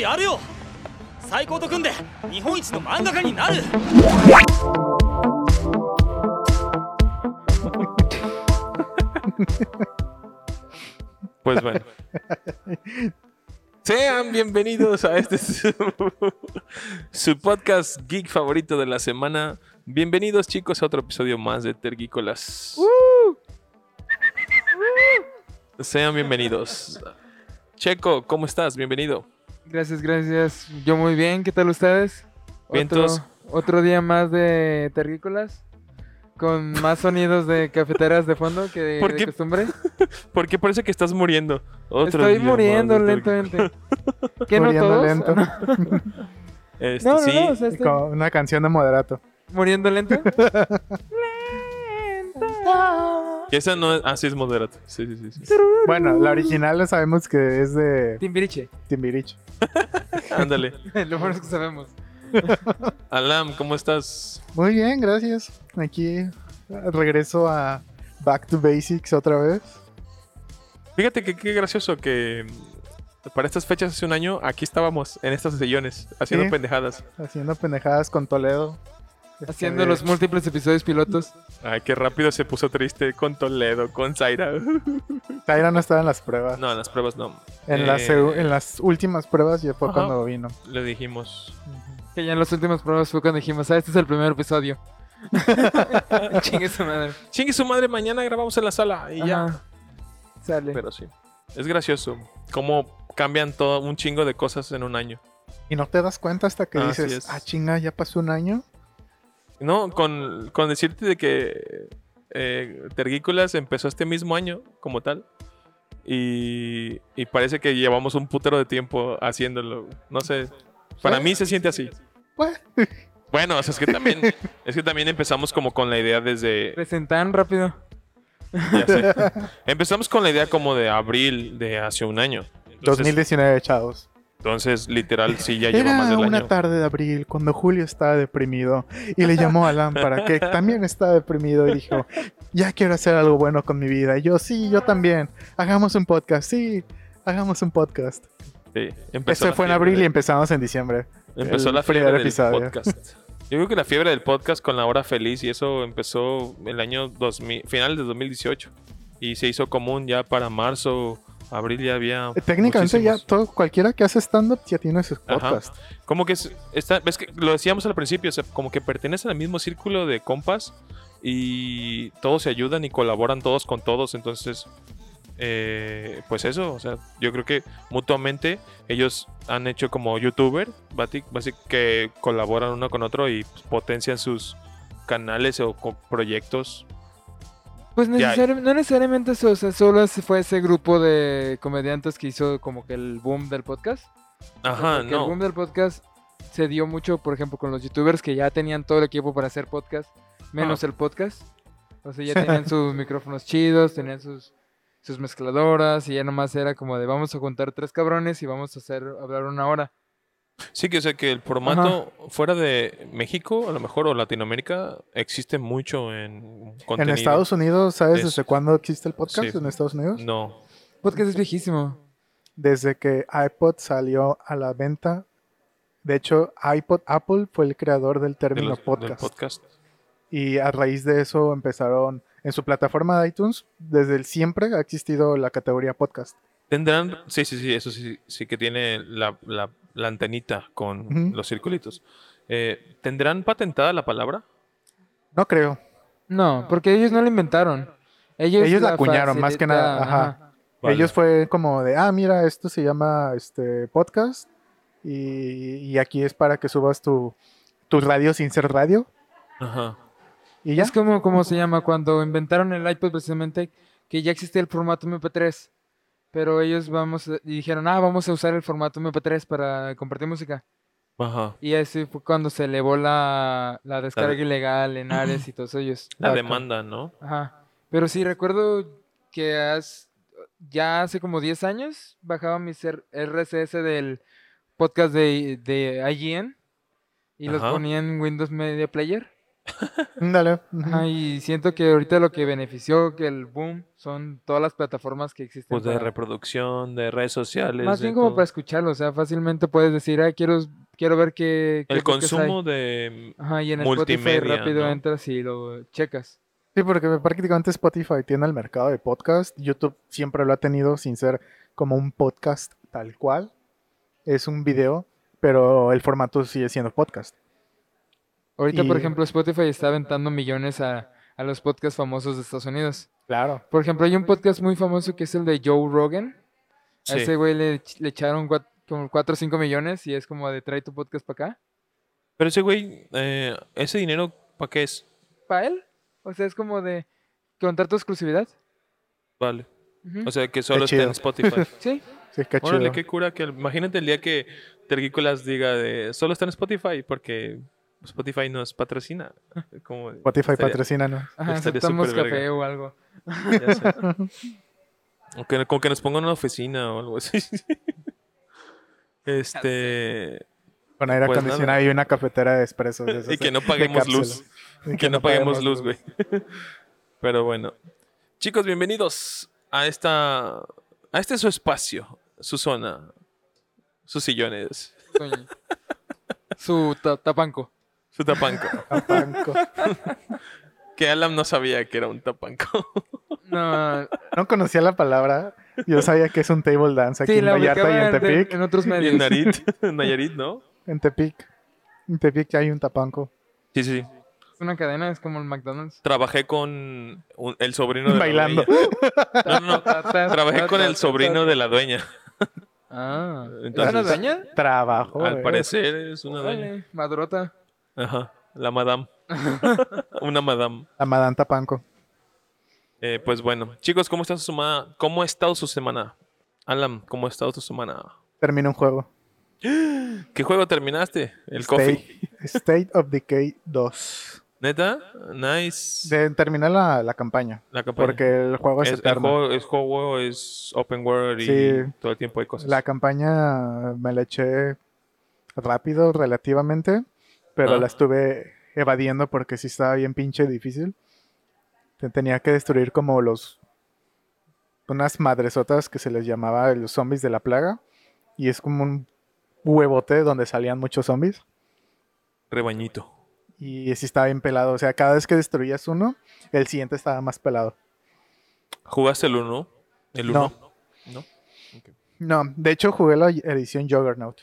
やるよ最高と組んで日本一の漫画家になる Pues bueno. Sean bienvenidos a este su, su podcast geek favorito de la semana. Bienvenidos chicos a otro episodio más de Tergícolas. Sean bienvenidos. Checo, ¿cómo estás? Bienvenido. Gracias, gracias. Yo muy bien, ¿qué tal ustedes? Bien, otro, todos. otro día más de terrícolas con más sonidos de cafeteras de fondo que de, ¿Por de qué? costumbre. ¿Por qué parece que estás muriendo? Otro Estoy día muriendo más de Tergí- lentamente. ¿Qué no Muriendo todos? lento. No, Este, no, no, sí, o sea, estoy Como una canción de moderato. muriendo lento. que esa no es... Ah, sí, es moderato. Sí, sí, sí, sí. Bueno, la original sabemos que es de Timbiriche, Timbiriche. Ándale. lo menos que sabemos. Alam, ¿cómo estás? Muy bien, gracias. Aquí regreso a Back to Basics otra vez. Fíjate que qué gracioso que mm, para estas fechas hace un año aquí estábamos en estos sillones haciendo Sí. pendejadas. Haciendo pendejadas con Toledo. Este, Haciendo los múltiples episodios pilotos. Ay, qué rápido se puso triste con Toledo, con Zaira. Taira no estaba en las pruebas. No, en las pruebas no. En, las, Eh, segu- en las últimas pruebas ya fue Ajá. cuando vino. Le dijimos. Que ya en los últimos programas fue cuando dijimos, ah, este es el primer episodio. Chingue su madre. Chingue su madre, mañana grabamos en la sala y ya. Ajá. Sale. Pero sí. Es gracioso cómo cambian todo un chingo de cosas en un año. Y no te das cuenta hasta que Así dices, es. ah, chinga, ya pasó un año. No, con, con decirte de que eh, Tergícolas empezó este mismo año como tal. Y, y parece que llevamos un putero de tiempo haciéndolo. No sé. Para mí se siente así. Bueno, Bueno, o sea, es que también, es que también empezamos como con la idea desde, Presentan rápido. Ya sé. Empezamos con la idea como de abril de hace un año. Entonces, 2019, chavos. entonces, literal, sí, ya lleva Era más del una año. tarde de abril cuando Julio estaba deprimido y le llamó a Alan para que también estaba deprimido y dijo, ya quiero hacer algo bueno con mi vida. Y yo, sí, yo también. Hagamos un podcast, sí, hagamos un podcast. Sí, empezó Este la fue en fiebre abril y de- empezamos en diciembre. empezó el la fiebre primer del episodio. podcast. Yo creo que la fiebre del podcast con la hora feliz y eso empezó el año 2000, final de 2018 y se hizo común ya para marzo, abril ya había Eh, Técnicamente ya muchísimos. todo, cualquiera que hace stand-up ya tiene sus Ajá. podcasts. Como que es- está, ves que lo decíamos al principio, o sea, como que pertenecen al mismo círculo de compas y todos se ayudan y colaboran todos con todos, entonces, eh, pues eso, o sea, yo creo que mutuamente ellos han hecho como youtuber, bati- basi- que colaboran uno con otro y pues, potencian sus canales o co- proyectos. Pues Ya. necesari- no necesariamente eso, o sea, solo ese- fue ese grupo de comediantes que hizo como que el boom del podcast. Ah, Ajá, Porque El boom no. del podcast se dio mucho, por ejemplo, con los youtubers que ya tenían todo el equipo para hacer podcast, menos Ah. el podcast. O sea, ya tenían sus micrófonos chidos, tenían sus, sus mezcladoras y ya nomás era como de vamos a juntar tres cabrones y vamos a hacer hablar una hora. Sí, que o sea que el formato fuera de México, a lo mejor, o Latinoamérica, existe mucho en contenido. En Estados Unidos, ¿sabes Eso. desde cuándo existe el podcast Sí. Mm. en Estados Unidos? No, Podcast es viejísimo. Desde que iPod salió a la venta. De hecho, iPod Apple fue el creador del de término los- del podcast. podcast. Y a raíz de eso empezaron en su plataforma de iTunes. Desde el siempre ha existido la categoría podcast. Tendrán, sí, sí, sí, eso sí, sí que tiene la, la- la antenita con Ujú. los circulitos. Eh, ¿Tendrán patentada la palabra? No creo. No, porque ellos no lo inventaron. Ellos, Ellos la acuñaron, más que nada, facilita- ajá. Ellos fue como de, ah, mira, esto se llama este podcast. Y, y aquí es para que subas tu, tu radio sin ser radio. Ajá. Y ya. Es como, ¿cómo se llama? Cuando inventaron el iPod precisamente, que ya existía el formato MP3. Pero ellos vamos a- y dijeron, ah, vamos a usar el formato MP3 para compartir música. Ajá. Y así fue cuando se elevó la, la descarga ilegal en Ares y todos ellos. La Exacto. demanda, ¿no? Ajá. Pero sí, recuerdo que has- ya hace como 10 años bajaba mi ser- RSS del podcast de, de IGN y los Ajá. ponía en Windows Media Player. Dale. Ajá, y siento que ahorita lo que benefició que el boom son todas las plataformas que existen. Pues de para- reproducción, de redes sociales. más de bien como todo. para escucharlo, o sea, fácilmente puedes decir, ah, quiero, quiero ver qué... qué El podcasts hay". consumo de. Ajá, y en Spotify multimedia, rápido ¿no? entras y lo checas. Sí, porque prácticamente Spotify tiene el mercado de podcast. YouTube siempre lo ha tenido sin ser como un podcast tal cual. Es un video, pero el formato sigue siendo podcast. Ahorita, por Y- ejemplo, Spotify está aventando millones a, a los podcasts famosos de Estados Unidos. Claro. Por ejemplo, hay un podcast muy famoso que es el de Joe Rogan. A Sí. ese güey le, ch- le echaron cuat- como 4 o 5 millones y es como de trae tu podcast para acá. Pero ese güey, eh, ese dinero, ¿para qué es? ¿Para él? O sea, es como de contar tu exclusividad. Vale. Ujú. O sea, que solo está chido. en Spotify. sí, Sí, qué chido. Órale, qué cura que imagínate el día que Tergícolas diga de solo está en Spotify porque Spotify nos patrocina. Como Spotify estaría- patrocina, ¿no? Ajá, Estaría aceptamos súper café verga. o algo. ya sé. O que- como que nos pongan una oficina o algo así. Este Con aire Pues acondicionado y una cafetera de espresso. de esas y que de- no de paguemos cápsula. luz. Y que no paguemos luz, güey. Pero bueno. Chicos, bienvenidos a esta a este su espacio, su zona, sus sillones, Coño. Su ta- tapanco. su tapanco. Tapanco. que Alan no sabía que era un tapanco. No, No conocía la palabra. Yo sabía que es un table dance aquí sí, en la Vallarta y ubicaba en de- Tepic. en otros Y medios. en Nayarit, en Nayarit, ¿no? En Tepic. En Tepic ya hay un tapanco. Sí, sí, sí. Es una cadena, es como el McDonald's. Trabajé con un- el sobrino de Bailando. la dueña. No, no, no. Ta, ta, ta, Trabajé con ta, el ta, sobrino ta. de la dueña. Ah, ¿es Entonces, una dueña? Trabajo. Al eh. parecer es una dueña. Órale, madrota. Ajá, la madame. Una madame. La Madame Tapanco. Eh, pues bueno, chicos, ¿cómo está su semana? ¿Cómo ha estado su semana? Alan, ¿cómo ha estado tu semana? Termina un juego. ¿Qué juego terminaste? El coffee. State, State of Decay 2. ¿Neta? Nice. De, terminé la, la campaña. La campaña. Porque el juego es, es, el eterno. juego, el juego es open world y Sí. todo el tiempo hay cosas. La campaña me la eché rápido, relativamente. Pero Ah. la estuve evadiendo porque sí estaba bien pinche difícil. Te- Tenía que destruir como los. Unas madresotas que se les llamaba los zombies de la plaga. Y es como un huevote donde salían muchos zombies. Rebañito. Y sí estaba bien pelado. O sea, cada vez que destruías uno, el siguiente estaba más pelado. ¿Jugaste el 1? ¿El 1? No. no. No, de hecho jugué la edición Juggernaut.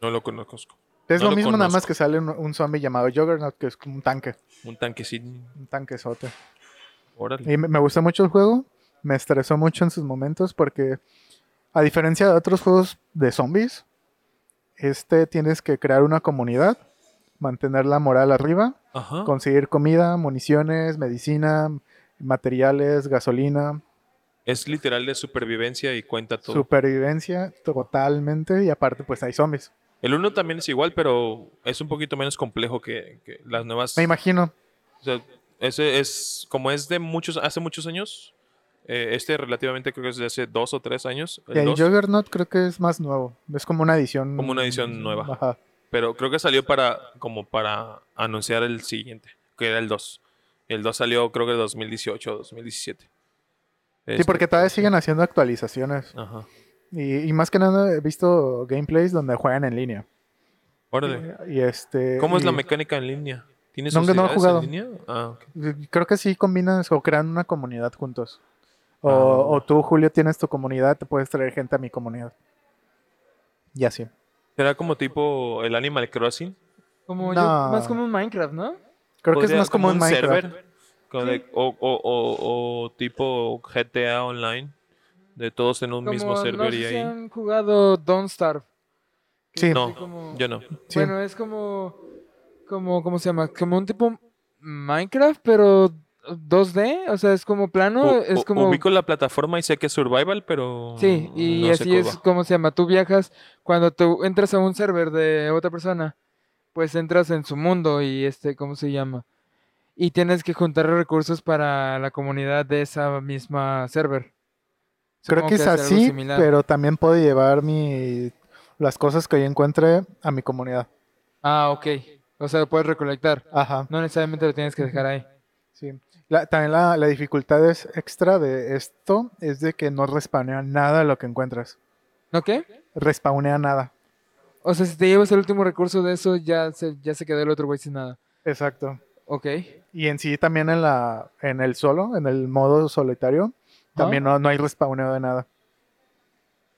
No lo conozco. Es No lo lo mismo, nada más conozco. que sale un, un zombie llamado Juggernaut, que es como un tanque, Un tanquecito. un tanquezote. Órale. Y me, me gustó mucho el juego, me estresó mucho en sus momentos porque, a diferencia de otros juegos de zombies, este tienes que crear una comunidad, mantener la moral arriba, Ajá. conseguir comida, municiones, medicina, materiales, gasolina, Es literal de supervivencia y cuenta todo. supervivencia totalmente y aparte pues hay zombies. el 1 también es igual, pero es un poquito menos complejo que, que las nuevas. Me imagino, O sea, ese es como es de muchos, hace muchos años. eh, este relativamente creo que es de hace dos o tres años. el Y el dos, Juggernaut creo que es más nuevo. Es como una edición. Como una edición nueva. Ajá. Pero creo que salió para como para anunciar el siguiente, que era el 2. El 2 salió creo que en 2018 o 2017. Este, Sí, porque todavía siguen haciendo actualizaciones. Ajá. Y, y más que nada he visto gameplays donde juegan en línea. Órale. Y este. ¿Cómo es la y mecánica en línea? ¿Tienes No, no he sociedades jugado. en línea? Ah, ok. Creo que sí combinan o crean una comunidad juntos. O, Ah. o tú, Julio, tienes tu comunidad, te puedes traer gente a mi comunidad. Y así. ¿Será como tipo el Animal Crossing? Como No. yo- más como un Minecraft, ¿no? Creo que es Podría- más como, un Minecraft. como de- o, o- o- o tipo GTA Online, de todos en un Como, mismo no servidor sé y si ahí. han jugado Don't Starve. que Sí. es No, así como- Yo no. Sí. Bueno, es como, como, ¿cómo se llama? Como un tipo Minecraft, pero 2D, o sea, es como plano, U- es u- como... Ubico la plataforma y sé que es Survival, pero. Sí, y no sé así es cómo va. como se llama. Tú viajas, cuando tú entras a un server de otra persona, pues entras en su mundo y este, ¿cómo se llama? Y tienes que juntar recursos para la comunidad de esa misma server. Creo Supongo que es hace algo así, similar. pero también puedo llevar mi, las cosas que yo encuentre a mi comunidad. Ah, ok. O sea, lo puedes recolectar. Ajá. No necesariamente lo tienes que dejar ahí. Sí. La- también la, la dificultad es extra de esto es de que no respawnea nada lo que encuentras. ¿No qué? Respawnea nada. O sea, si te llevas el último recurso de eso, ya se, ya se quedó el otro güey sin nada. Exacto. Ok. Y en sí también en la en el solo, en el modo solitario, también no, no hay respawneo de nada.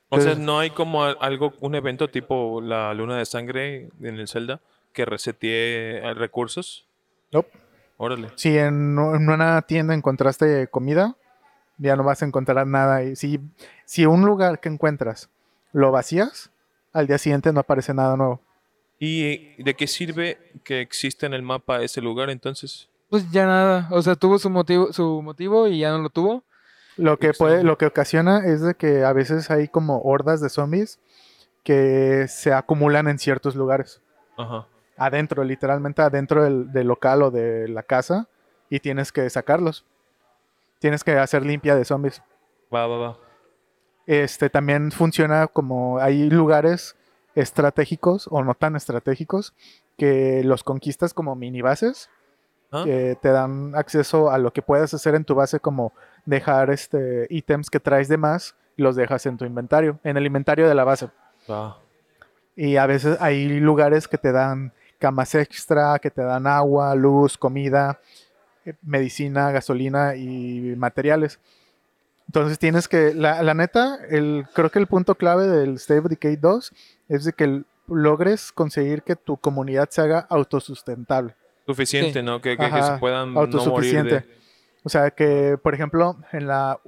O sea, Entonces- no hay como a- algo, un evento tipo la luna de sangre en el Zelda que resetee eh, recursos. Nope. Órale. Si en, u- en una tienda encontraste comida, ya no vas a encontrar nada. Y si, si un lugar que encuentras lo vacías, al día siguiente no aparece nada nuevo. ¿Y eh, de qué sirve que exista en el mapa ese lugar entonces? Pues ya nada. O sea, tuvo su motivo, su motivo y ya no lo tuvo. Lo que Exacto. puede, lo que ocasiona es de que a veces hay como hordas de zombies que se acumulan en ciertos lugares. Ajá. Adentro, literalmente adentro del, del local o de la casa. Y tienes que sacarlos. Tienes que hacer limpia de zombies. Va, va, va. Este también funciona como hay lugares estratégicos o no tan estratégicos que los conquistas como mini bases Ah, que te dan acceso a lo que puedas hacer en tu base, como dejar este ítems que traes de más, los dejas en tu inventario, en el inventario de la base. va. Y a veces hay lugares que te dan camas extra, que te dan agua, luz, comida, eh, medicina, gasolina y materiales. Entonces tienes que, la, la neta, el, creo que el punto clave del State of Decay 2 es de que l- logres conseguir que tu comunidad se haga autosustentable. Suficiente, Sí. ¿no? Que, que- que Ajá, se puedan um, no morir de... autosuficiente. O sea que, por ejemplo, en la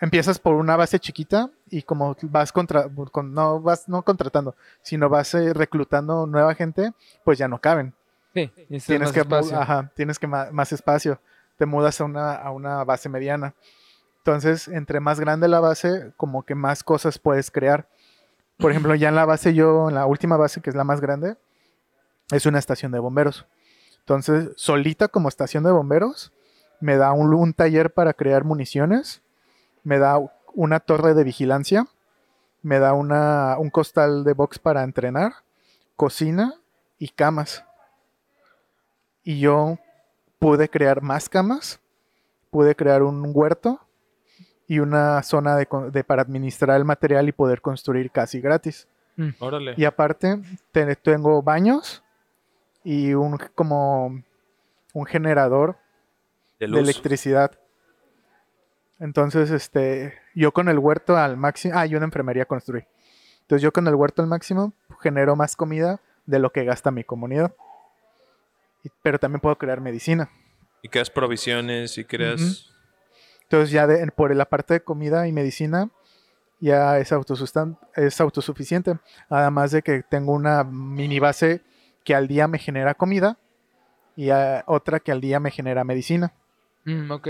empiezas por una base chiquita y como vas contra con- no vas no contratando, sino vas eh, reclutando nueva gente, pues ya no caben. Sí. Y ese Tienes es más que mu- espacio. ajá, tienes que ma- más espacio. Te mudas a una a una base mediana. Entonces, entre más grande la base, como que más cosas puedes crear. Por ejemplo, ya en la base yo, en la última base que es la más grande, es una estación de bomberos. Entonces, solita como estación de bomberos, me da un, un taller para crear municiones, me da una torre de vigilancia, me da una, un costal de box para entrenar, cocina y camas. Y yo pude crear más camas, pude crear un huerto y una zona de con- de para administrar el material y poder construir casi gratis. Órale. Y aparte, te- tengo baños y un como un generador de de luz. electricidad. Entonces, este, yo con el huerto al máximo, ah, y una enfermería construí. Entonces, yo con el huerto al máximo genero más comida de lo que gasta mi comunidad. Y- Pero también puedo crear medicina. Y creas provisiones y creas... Entonces ya de- por la parte de comida y medicina ya es, autosustan- es autosuficiente. Además de que tengo una mini base que al día me genera comida y ah, otra que al día me genera medicina. Mm, ok.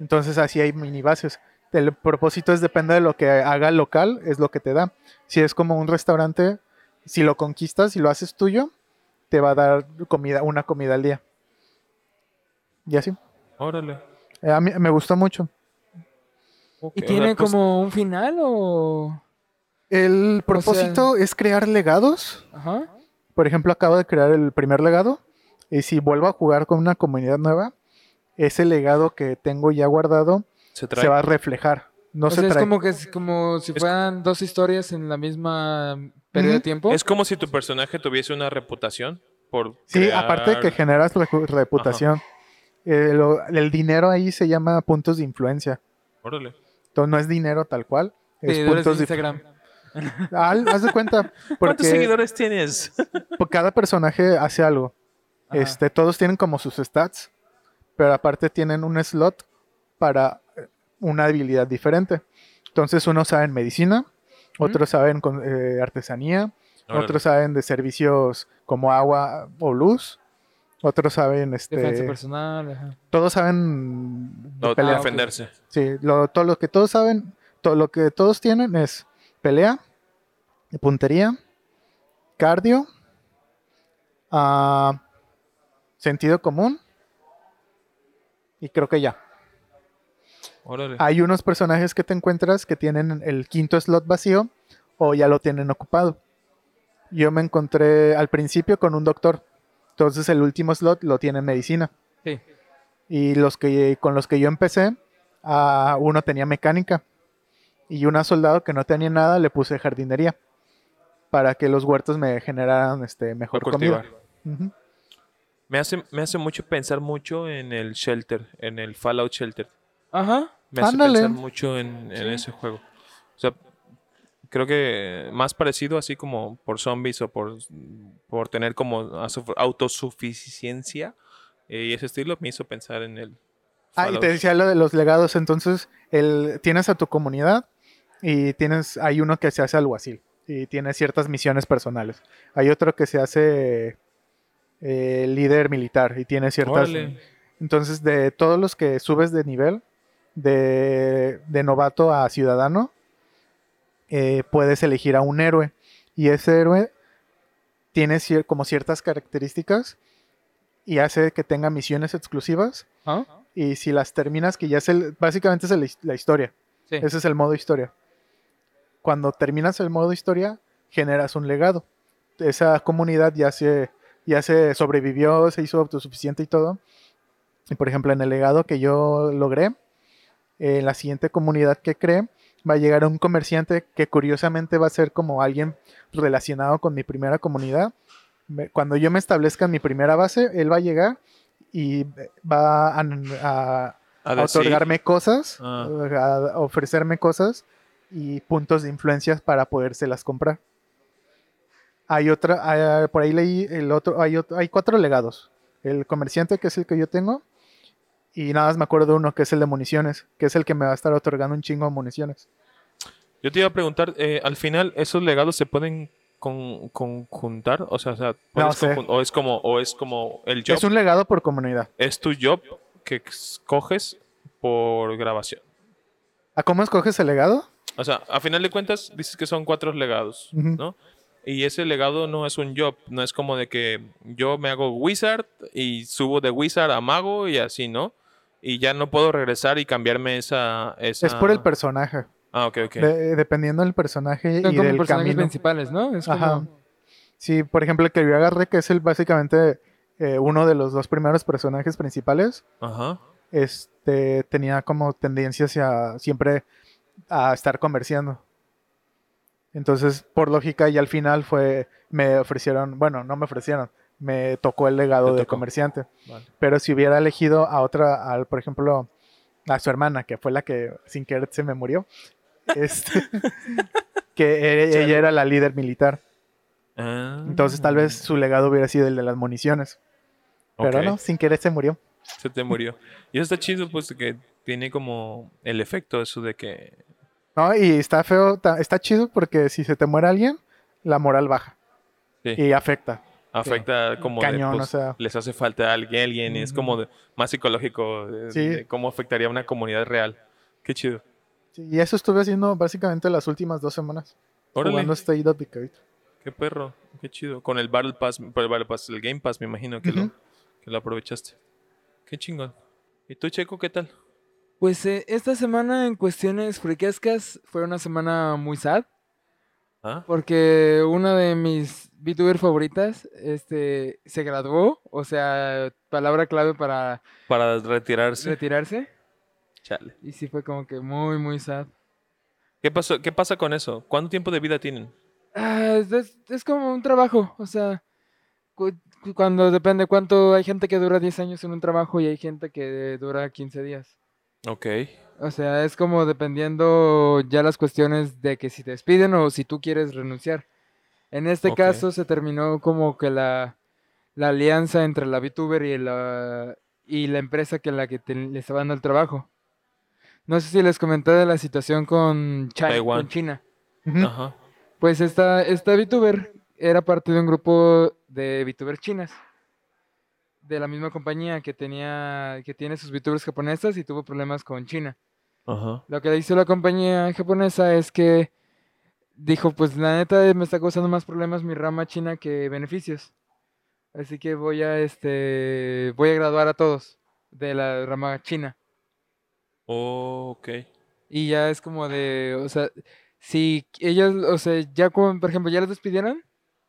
Entonces así hay mini bases. El propósito es depende de lo que haga el local, es lo que te da. Si es como un restaurante, si lo conquistas y lo haces tuyo, te va a dar comida, una comida al día. Y así. Órale. Eh, A mí me gustó mucho. Ok. O ¿Y sea, tiene pues, como un final o...? El propósito es crear legados. Ajá. Por ejemplo, acabo de crear el primer legado. Y si vuelvo a jugar con una comunidad nueva, ese legado que tengo ya guardado Se trae. se va a reflejar. No o se sea, es trae. como que es como si Es- fueran dos historias en la misma periodo de Ujú. tiempo. Es como si tu personaje tuviese una reputación por Sí, aparte de que crear- generas recu- reputación. Eh, lo- el dinero ahí se llama puntos de influencia. Órale. Entonces no es dinero tal cual. Es Seguidores puntos de de Instagram. Ah, haz de cuenta. ¿Cuántos Porque seguidores tienes? cada personaje hace algo. Ajá. Este, todos tienen como sus stats, pero aparte tienen un slot para eh, una habilidad diferente. Entonces, unos saben medicina, otros saben con- eh, artesanía, Órale. otros saben de servicios como agua o luz, otros saben, Defensa este, personal. Ajá. todos saben de No, pelea. ok. defenderse. Sí, lo, todo lo que todos saben, todo lo que todos tienen es pelea, puntería, cardio, ah, sentido común y creo que ya. Órale. Hay unos personajes que te encuentras que tienen el quinto slot vacío o ya lo tienen ocupado. Yo me encontré al principio con un doctor Entonces el último slot lo tiene en medicina. Sí. Y los que con los que yo empecé, ah, uno tenía mecánica y una soldado que no tenía nada le puse jardinería para que los huertos me generaran este mejor comida. cultivar. Ujú. Me hace, me hace mucho pensar mucho en el Shelter, en el Fallout Shelter. Ajá. Me hace Ándale. pensar mucho en, en ese juego. O sea, creo que más parecido así como por zombies o por, por tener como asu- autosuficiencia eh, y ese estilo me hizo pensar en el. Ah, y Fallout. te decía lo de los legados, entonces el, tienes a tu comunidad y tienes, hay uno que se hace alguacil y tiene ciertas misiones personales. Hay otro que se hace eh, líder militar y tiene ciertas... Órale. Entonces, de todos los que subes de nivel, de, de novato a ciudadano, eh, puedes elegir a un héroe. Y ese héroe tiene cier- como ciertas características y hace que tenga misiones exclusivas. ¿Ah? Y si las terminas, que ya es el- básicamente es el his- la historia. Sí. Ese es el modo historia. Cuando terminas el modo historia, generas un legado. Esa comunidad ya se, ya se sobrevivió, se hizo autosuficiente y todo. Y por ejemplo, en el legado que yo logré, en la siguiente comunidad que cree, va a llegar un comerciante que curiosamente va a ser como alguien relacionado con mi primera comunidad. Me- Cuando yo me establezca en mi primera base, él va a llegar y va a- a A a decir- otorgarme cosas, Ah. a ofrecerme cosas y puntos de influencias para podérselas comprar. Hay otra, ah, por ahí leí el otro, hay, ot- hay cuatro legados. El comerciante, que es el que yo tengo, y nada más me acuerdo de uno, que es el de municiones, que es el que me va a estar otorgando un chingo de municiones. Yo te iba a preguntar, eh, al final, ¿esos legados se pueden con- conjuntar? O sea, o, sea, puedes sé. conjun- o es como, o es como el job. Es un legado por comunidad. es tu job que escoges por grabación. ¿A cómo escoges el legado? O sea, a final de cuentas, dices que son cuatro legados, Ujú. ¿no? Y ese legado no es un job, no es como de que yo me hago wizard y subo de wizard a mago y así, ¿no? Y ya no puedo regresar y cambiarme esa... esa... Es por el personaje. Ah, ok, ok. De- dependiendo del personaje Son y como del personajes camino. principales, ¿no? Es como... Ajá. Sí, por ejemplo, el que yo agarré, que es el básicamente eh, uno de los dos primeros personajes principales, Ajá. este tenía como tendencia hacia siempre a estar comerciando. Entonces, por lógica, y al final fue, me ofrecieron, bueno, no me ofrecieron, me tocó el legado Te de tocó. comerciante. Vale. Pero si hubiera elegido a otra, al, por ejemplo, a su hermana, que fue la que sin querer se me murió, este, que e- ella era la líder militar. Ah, Entonces tal vez su legado hubiera sido el de las municiones. Pero ok. no, sin querer se murió. Se te murió. Y eso está chido, pues, de que tiene como el efecto eso de que... No, y está feo, ta- está chido porque si se te muere alguien, la moral baja. Sí. Y afecta. afecta como de, Cañón, pues, o sea. les hace falta a alguien, alguien y es como de- más psicológico de, Sí. de cómo afectaría a una comunidad real. Qué chido. Sí, y eso estuve haciendo básicamente las últimas dos semanas. Órale, Jugando este esta ida de qué perro, qué chido. Con el Battle Pass, por el Battle Pass, el Game Pass, me imagino que, Ujú. lo, que lo aprovechaste. Qué chingón. ¿Y tú, Checo, qué tal? Pues eh, esta semana en cuestiones friquescas fue una semana muy sad. ¿Ah? Porque una de mis VTuber favoritas este, se graduó, o sea, palabra clave para Para retirarse. retirarse. Chale. Y sí fue como que muy, muy sad. ¿Qué, pasó, ¿Qué pasa con eso? ¿Cuánto tiempo de vida tienen? Ah, es, es- es como un trabajo, o sea, cu- cu- cuando depende cuánto, hay gente que dura 10 años en un trabajo y hay gente que dura 15 días. Ok. O sea, es como dependiendo ya las cuestiones de que si te despiden o si tú quieres renunciar. En este Ok. caso se terminó como que la, la alianza entre la VTuber y la, y la empresa que la que te- le estaba dando el trabajo. No sé si les comenté de la situación con, China, Taiwán. con China. Ajá. Pues esta, esta VTuber era parte de un grupo de VTuber chinas. De la misma compañía que tenía, que tiene sus VTubers japonesas y tuvo problemas con China. Ajá. Lo que hizo la compañía japonesa es que dijo, pues la neta me está causando más problemas mi rama china que beneficios. Así que voy a este voy a graduar a todos de la rama china. Oh, ok. Y ya es como de, o sea, si ellas, o sea, ya como, por ejemplo, ya las despidieron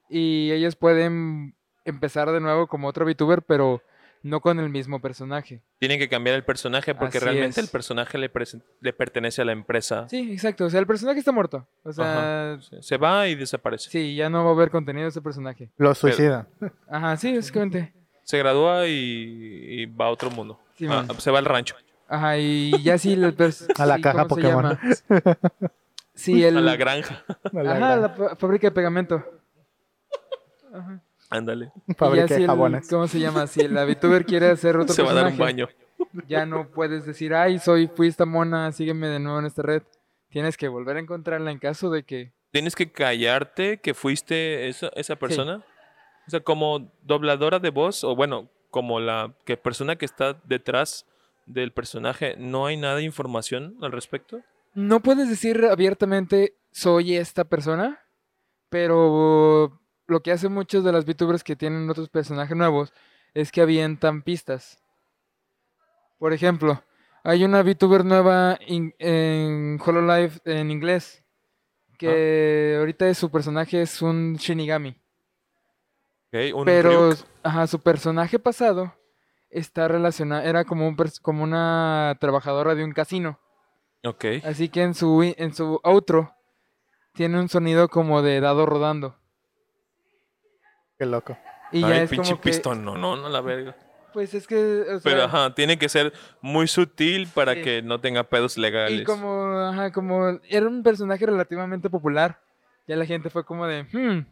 y ellas pueden empezar de nuevo como otro VTuber, pero no con el mismo personaje. Tienen que cambiar el personaje porque Así realmente es. el personaje le, presen- le pertenece a la empresa. Sí, exacto. O sea, el personaje está muerto. O sea, Se va y desaparece. sí, ya no va a haber contenido de ese personaje. Lo suicidan. Ajá, sí, básicamente. Se gradúa y, y va a otro mundo. Sí, Ah, man. se va al rancho. Ajá, y ya sí, el pers- A la sí, caja ¿cómo se llama? Sí, el... A la granja. A la Ajá, gran la fa- fábrica de pegamento. Ajá. Ándale. Y ya Fábrica si de el- jabones. ¿Cómo se llama? Si el VTuber quiere hacer otro Se va a dar un personaje, baño. ya no puedes decir, ay, soy, fui esta mona, sígueme de nuevo en esta red. Tienes que volver a encontrarla en caso de que... Tienes que callarte que fuiste esa, esa persona. O sea, como dobladora de voz, o bueno, como la que persona que está detrás del personaje, ¿no hay nada de información al respecto? No puedes decir abiertamente, soy esta persona, pero lo que hacen muchos de las VTubers que tienen otros personajes nuevos es que avientan pistas. Por ejemplo, hay una VTuber nueva in- en HoloLive en inglés, que Ah. ahorita su personaje es un Shinigami. Ok, un Pero, Ryuk. ajá, su personaje pasado está relacionado, era como, un pers- como una trabajadora de un casino. Ok. Así que en su, i- en su outro tiene un sonido como de dado rodando. Qué loco. Y ya Ay, es pinche como que, pistón, no, no, no, la verga. Pues es que, o Pero sea, ajá, tiene que ser muy sutil para Sí. que no tenga pedos legales. y como, ajá, como era un personaje relativamente popular, ya la gente fue como de, hmm,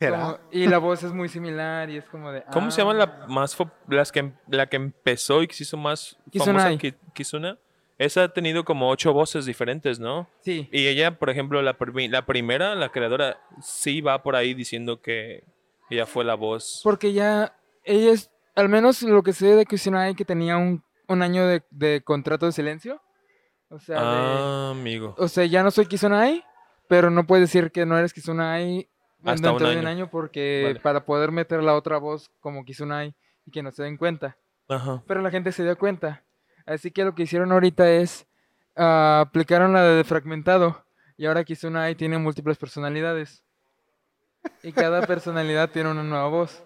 ¿Será? como- y la voz es muy similar y es como de... ¿Cómo se llama ah. la más fo- las que em- la que empezó y que se hizo más famosa Kizunai. Ki- Kizuna? Esa ha tenido como ocho voces diferentes, ¿no? Sí, Y ella, por ejemplo, la, primi- la primera, la creadora, sí va por ahí diciendo que ella fue la voz. Porque ya ella es, al menos lo que sé de Kusinai, que tenía un, un año de, de contrato de silencio. O sea, de- Ah, amigo. o sea, ya no soy Kusinai, pero no puedes decir que no eres Kusinai Hasta dentro un de un año. año porque Vale. para poder meter la otra voz como Kusinai y que no se den cuenta. Ajá. Pero la gente se dio cuenta. Así que lo que hicieron ahorita es ah, aplicaron la de fragmentado y ahora Kusinai tiene múltiples personalidades. Y cada personalidad tiene una nueva voz.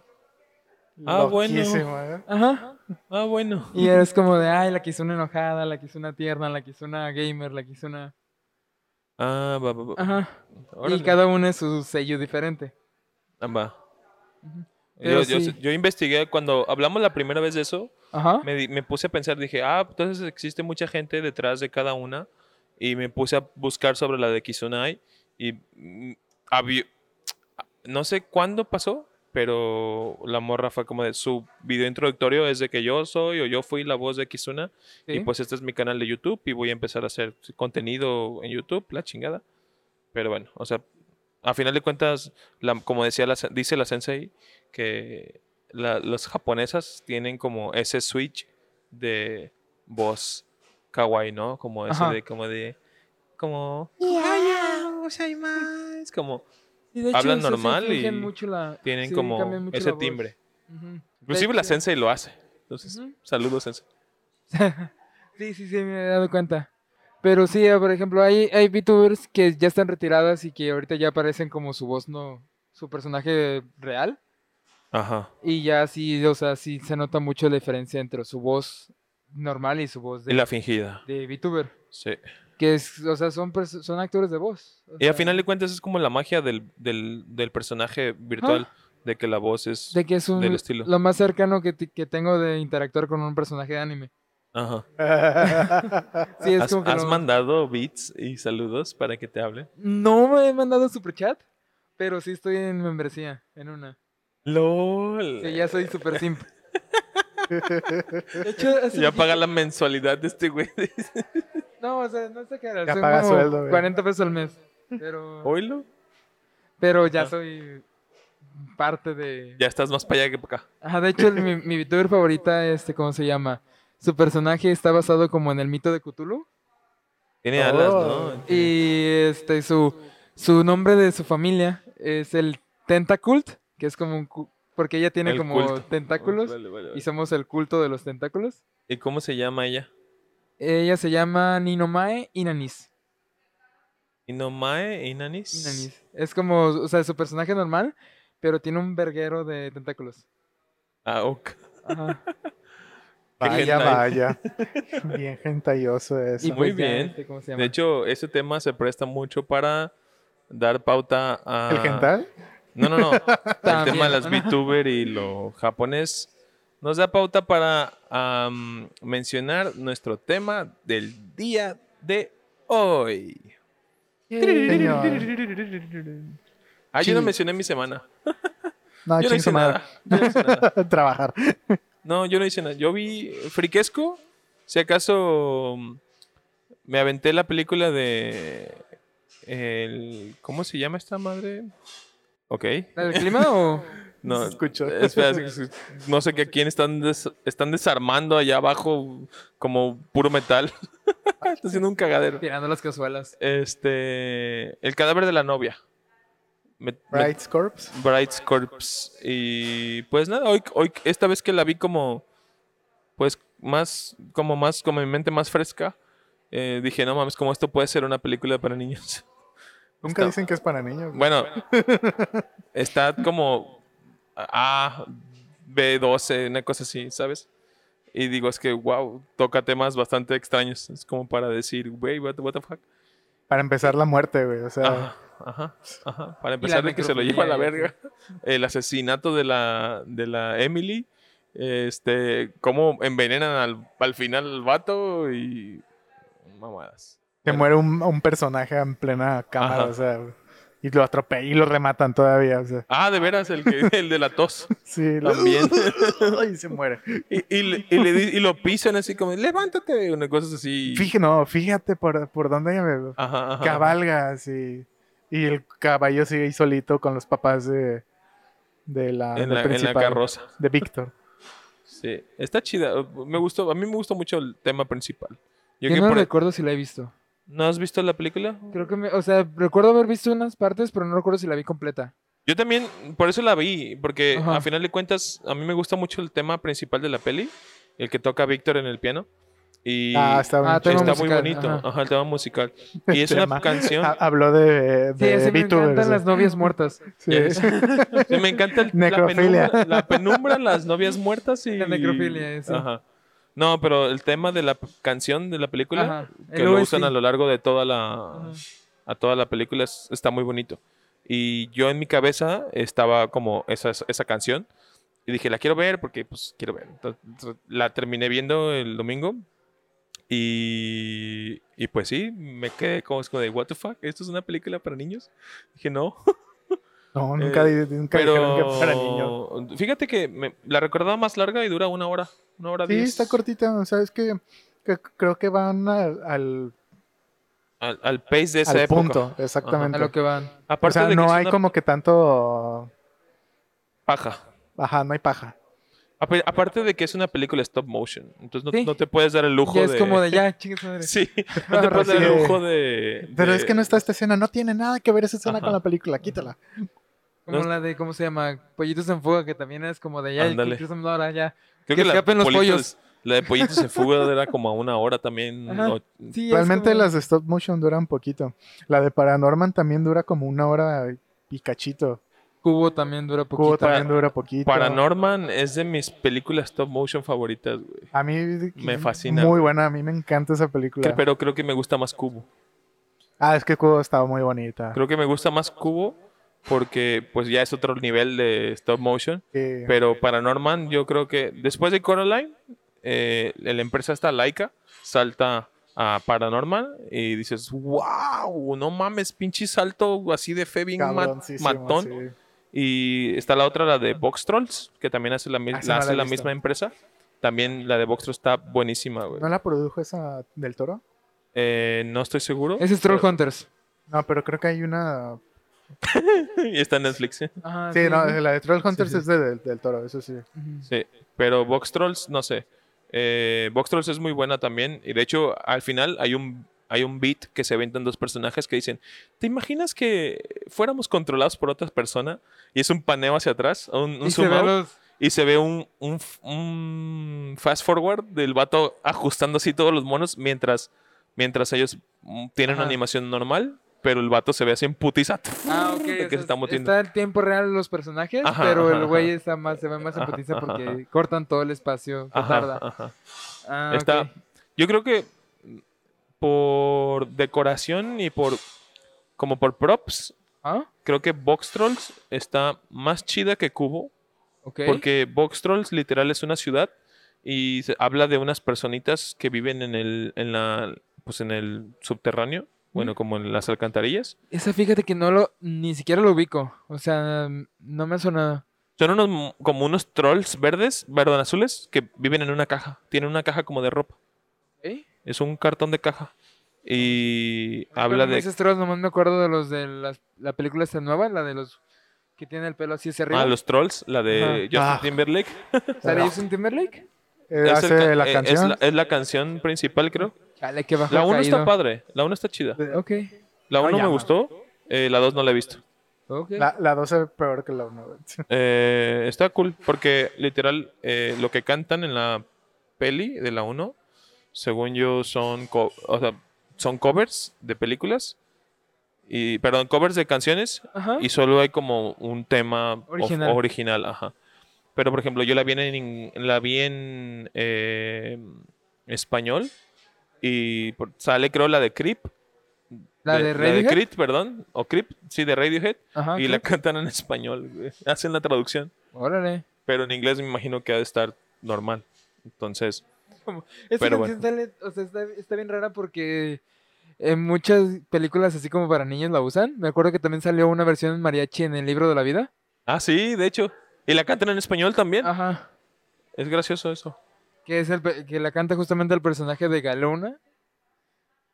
Ah, bueno. Loquísimo, ¿eh? Ajá. Ah, bueno. Y eres como de, ay, la quiso una enojada, la quiso una tierna, la quiso una gamer, la quiso una... Ah, va, va, va. Ajá. Órale. Y cada uno es su sello diferente. Ah, va. Ujú. Pero Yo, yo- sí. yo investigué, cuando hablamos la primera vez de eso, Ajá. me, di- me puse a pensar, dije, ah, entonces existe mucha gente detrás de cada una. Y me puse a buscar sobre la de Kizunai. Y mm, había- no sé cuándo pasó, pero la morra fue como de su video introductorio es de que yo soy o yo fui la voz de Kizuna. Y Sí. pues este es mi canal de YouTube y voy a empezar a hacer contenido en YouTube, la chingada. Pero bueno, o sea, a final de cuentas, la- como decía la, sen- dice la sensei, que la- las japonesas tienen como ese switch de voz kawaii, ¿no? Como ese Ajá. de, como de, como, es como, Y de hablan eso sí normal y fingen mucho la- tienen sí, como cambian mucho ese la voz. timbre. Ujú. De Inclusive la hecho- sensei lo hace. Entonces, Ujú. saludos sensei. Sí, sí, sí, me he dado cuenta. Pero sí, eh, por ejemplo, hay, hay VTubers que ya están retiradas y que ahorita ya aparecen como su voz, no su personaje real. Ajá. Y ya sí, o sea, sí se nota mucho la diferencia entre su voz normal y su voz de, Y la fingida. de VTuber. Sí. Que es, o sea, son, perso- son actores de voz. o Y al sea, final de cuentas es como la magia del, del, del personaje virtual, de que la voz es... De que es un, del estilo. lo más cercano que, ti- que tengo de interactuar con un personaje de anime. Ajá. Sí, es ¿Has, como que has lo- mandado beats y saludos para que te hable? No me he mandado superchat, pero sí estoy en membresía, en una. ¡Lol! Sí, ya soy super simp. De hecho, hace Ya poquito- paga la mensualidad de este güey. No, o sea, no sé qué era. Ya son paga como sueldo, güey. 40 pesos al mes. Pero, ¿Oilo? pero ya Ajá. soy parte de... Ya estás más para allá que para acá. Ajá, de hecho, el- mi, mi VTuber favorita, este, ¿cómo se llama? Su personaje está basado como en el mito de Cthulhu. Tiene Oh. alas, ¿no? Y este, su, su nombre de su familia es el Tentacult, que es como un cu- porque ella tiene El como culto. tentáculos Oh, Vale, vale, vale. y somos el culto de los tentáculos. ¿Y cómo se llama ella? Ella se llama Ninomae Inanis. ¿Inomae? ¿Inanis? Inanis. Es como, o sea, su personaje normal, pero tiene un verguero de tentáculos. Ah, ok. Ajá. Qué Vaya, hentai. vaya. Bien gentayoso eso. Y- Muy ya, bien. este, ¿Cómo se llama? De hecho, ese tema se presta mucho para dar pauta a... ¿El hentai? No, no, no. el También. tema de las VTuber y lo japonés nos da pauta para am, mencionar nuestro tema del día de hoy. Señor. Ah, yo no Sí. mencioné mi semana. No, yo no hice chingue Ah, su madre. nada. Yo no hice nada. Trabajar. No, yo no hice nada. Yo vi Friquesco. Si acaso mm, me aventé la película de. El, ¿Cómo se llama esta madre? Ok. ¿La del clima o...? No, eh, Se escuchó. espera, es- es- no sé qué a quién están, des- están desarmando allá abajo como puro metal. Está haciendo un cagadero. Tirando las cazuelas. Este. El cadáver de la novia. Me- me- Bright Corps. Bright Corpse. Y pues nada, hoy, hoy esta vez que la vi como pues más como más como mi mente más fresca, eh, dije, no mames, como esto puede ser una película para niños. Nunca Está- dicen que es para niños. Bueno, está como A, B12, una cosa así, ¿sabes? Y digo, es que, wow, toca temas bastante extraños. Es como para decir, wey, what, what the fuck. Para empezar la muerte, güey. O sea, Ajá, ajá, ajá. Para empezar, de que se lo lleva a la necrofilia y verga. El asesinato de la, de la Emily. Este, cómo envenenan al, al final al vato y. Mamadas. que bueno. muere un, un personaje en plena cámara, Ajá. o sea, y lo atropellan y lo rematan todavía, o sea, Ah, de veras, el, que, el de la tos. sí, lo- También. y se muere. Y, y le- y le di- y lo pisan así como, levántate. Una cosa así. Fíjate, no, fíjate por, por dónde me- Ajá, ajá. cabalgas y, y el caballo sigue ahí solito con los papás de, de la, En del la, en la principal, carroza. de Víctor. Sí. Está chida. Me gustó, a mí me gustó mucho el tema principal. Yo Yo, que no por- e-, recuerdo si la he visto. ¿No has visto la película? Creo que me... O sea, recuerdo haber visto unas partes, pero no recuerdo si la vi completa. Yo también, por eso la vi, porque Ajá. a final de cuentas, a mí me gusta mucho el tema principal de la peli, el que toca Víctor en el piano. Y Ah, está Ah, bueno. está tema muy musical, bonito, ajá. ajá. el tema musical. Y es Tema. una canción. Ha- habló de, Sí, de así me VTubers, encantan o las novias muertas. sea, Yes. sí. Sí, me encanta el- la, Este, Necrofilia. penumbra, la penumbra, las novias muertas y. La necrofilia, eh, eso. Ajá. No, pero el tema de la p- canción de la película, Ajá, que el lo OST. usan a lo largo de toda la. Ajá. a toda la película es- está muy bonito. Y yo en mi cabeza estaba como esa, esa canción. Y dije, la quiero ver porque pues quiero ver. Entonces, la terminé viendo el domingo. Y, y pues sí, me quedé como, es como de, what the fuck, ¿esto es una película para niños? Dije, no. No, nunca, Eh, di- nunca dijeron que Pero para niños. fíjate que me- la recordaba más larga y dura una hora. Una hora Sí, diez. está cortita, o sea, es que, que creo que van al, al, Al, al pace de esa al época. punto, exactamente. A lo que van. O Aparte sea, de que no es hay una como que tanto... paja. Ajá, no hay paja. Ape- Aparte de que es una película stop motion, entonces no, Sí. no te puedes dar el lujo Ya de... es como de ya, chingas madre. Sí, no te puedes dar Sí. el lujo de... Pero de- es que no está esta escena, no tiene nada que ver esa escena Ajá. con la película, quítala. Como No es- la de, ¿cómo se llama? Pollitos en fuga, que también es como de ya, Ándale. Chris Amora, ya. Creo que escapen los pollitos- pollos. La de pollitos en fuga era como a una hora también. Ajá. o- Sí, es Realmente como- las de stop motion duran poquito. La de Paranorman también dura como una hora y cachito. Cubo también dura poquito. Cubo también dura poquito. Paranorman es de mis películas stop motion favoritas, güey. A mí Me fascina, Muy güey. buena, a mí me encanta esa película. Pero creo que me gusta más Cubo. Ah, es que Cubo estaba muy bonita. Creo que me gusta más Cubo porque pues ya es otro nivel de stop motion. Sí. Pero Paranorman, yo creo que después de Coraline, eh, la empresa está laica, salta a Paranorman y dices, wow, no mames, pinche salto así de fe bien ma- Cabroncísimo, matón. sí. Y está la otra, la de Box Trolls, que también hace la, mi- Ah, esa la no la hace he la visto. misma empresa. También la de Box Trolls está buenísima, güey. ¿No la produjo esa del toro? Eh, no estoy seguro. Ese es Trollhunters. No, pero creo que hay una. y está en Netflix. ¿eh? Ajá, Ah, Sí, no, ¿no? la de Trollhunters Sí, sí. es de, del, del toro, eso sí. Eh, Ujú. Sí, pero Box Trolls, no sé. Eh, Box Trolls es muy buena también. Y de hecho, al final hay un, hay un beat que se aventan dos personajes que dicen: ¿Te imaginas que fuéramos controlados por otra persona? Y es un paneo hacia atrás, un, un Y se zoom ve out, los- y se ve un, un f- un fast forward del vato ajustando así todos los monos mientras, mientras ellos mm, tienen Ajá. una animación normal. pero el vato se ve así en putiza. Ah, ok. que se o sea, está mutiendo. está el tiempo real de los personajes, Ajá, pero ajá, el güey ajá. está más, se ve más Ajá, empatiza porque ajá. cortan todo el espacio que Ajá, tarda. ajá. Ah, Está. ok. Yo creo que por decoración y por como por props, Ah, creo que Box Trolls está más chida que Cubo, ok. porque Box Trolls literal es una ciudad y se habla de unas personitas que viven en el en la pues en el subterráneo, bueno, Ujú. como en las alcantarillas. Esa fíjate que no lo, ni siquiera lo ubico. O sea, no me ha sonado. Son unos mo- como unos trolls verdes, perdón, azules que viven en una caja, tienen una caja como de ropa, ¿Eh? es un cartón de caja y habla Cuando me de dices trolls, nomás me acuerdo de los de las- la película esta nueva, la de los que tiene el pelo así hacia arriba. Ah, los trolls, la de Ajá. Justin Ah. Timberlake. ¿Sale Justin Timberlake? Eh, Es el hace ca- la eh, es canción. la- Es, la, canción principal, creo. Chale, qué bajo La 1 caído. está padre, la 1 está chida. Ok, La 1 me llama. gustó, eh, la 2 no la he visto. ok. La, la 12 es peor que la 1. Eh, está cool, porque literal eh, lo que cantan en la peli de la 1, según yo, son, co- o sea, son covers de películas. Y, perdón, covers de canciones Ajá. y solo hay como un tema of- Original. original, ajá. Pero por ejemplo, yo la vi en, in- la vi en eh, español y por- sale creo la de Creep. Eh, La de Radiohead. Creep, perdón. O Creep, sí, de Radiohead. Ajá, y ok. la cantan en español. güey. Hacen la traducción. Órale. Pero en inglés me imagino que ha de estar normal. Entonces, Esta Pero canción sale- o sea, está, está bien rara porque en muchas películas así como para niños la usan. Me acuerdo que también salió una versión en mariachi en el libro de la vida. ah, sí, de hecho. Y la cantan en español también. Ajá. Es gracioso eso. Que es el pe- que la canta justamente el personaje de Galona.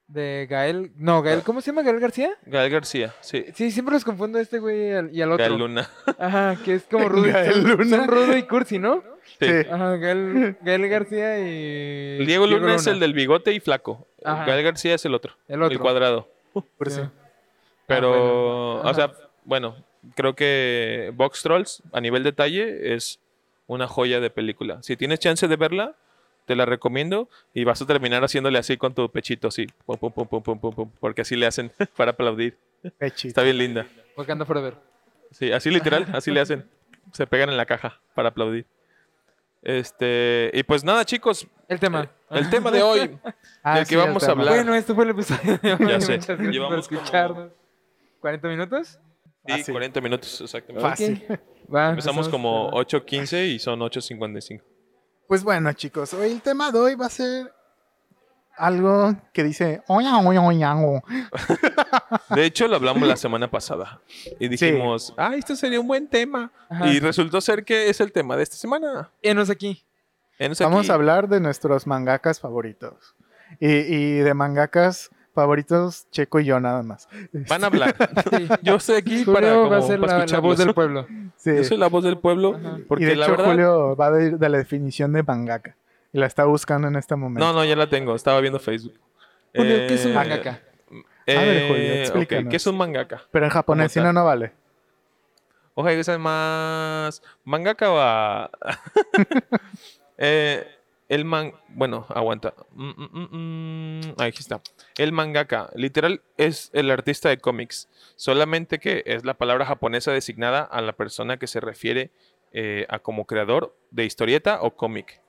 De Gael. No, Ah. Gael, ¿cómo se llama Gael García? Gael García, sí. Sí, siempre los confundo a este güey y al- y al otro. Gael Luna. Ajá, que es como Rudo y Gael son- Luna. son Rudo y Cursi, ¿no? Sí. Ajá, Gael, Gael García y. Diego Luna, es el del bigote y flaco. Ajá. Gael García es el otro. El otro. El cuadrado. Sí. Pero, bueno. o sea, bueno, creo que Box Trolls a nivel detalle es una joya de película. Si tienes chance de verla, te la recomiendo y vas a terminar haciéndole así con tu pechito, así, pum, pum, pum, pum, pum, pum, pum, porque así le hacen para aplaudir. Está bien linda. Porque anda fuera de ver. Sí, así literal, así le hacen. Se pegan en la caja para aplaudir. Este, y pues nada, chicos, El tema. Ah, el tema de hoy, Eh, del que vamos a hablar. Bueno, esto fue el episodio de hoy. Ya sé. Muchas gracias por Llevamos como- escucharnos. ¿40 minutos? y Fácil. 40 minutos exactamente. Fácil. Ok. Va, Empezamos como ¿verdad? 8.15 y son 8.55. Pues bueno, chicos, hoy el tema de hoy va a ser algo que dice oña, oña, oña, o". De hecho, lo hablamos la semana pasada y dijimos, ah, este sería un buen tema. Ajá. Y resultó ser que es el tema de esta semana. Enos aquí. Enos Vamos aquí. a hablar de nuestros mangakas favoritos. Y, y de mangakas favoritos, Checo y yo nada más. Van a hablar. Sí. Yo estoy aquí Julio para, como, va a ser para la, la escucharlos. voz del pueblo. Sí. Yo soy la voz del pueblo Ajá. porque y de la hecho, verdad... Julio va de, de la definición de mangaka. Y la está buscando en este No, momento. no, ya la tengo. Estaba viendo Facebook. Julio, ¿qué es un Eh, mangaka? eh, A ver, Julio, ok, explícanos. ¿Qué es un mangaka? Pero en japonés, ¿Cómo si no, tal? no vale. Ojalá que sea más... Mangaka va... Eh, el man... Bueno, aguanta. Mm, mm, mm, mm. Ahí está. El mangaka, literal, es el artista de cómics. Solamente que es la palabra japonesa designada a la persona que se refiere eh, a como creador de historieta o cómic.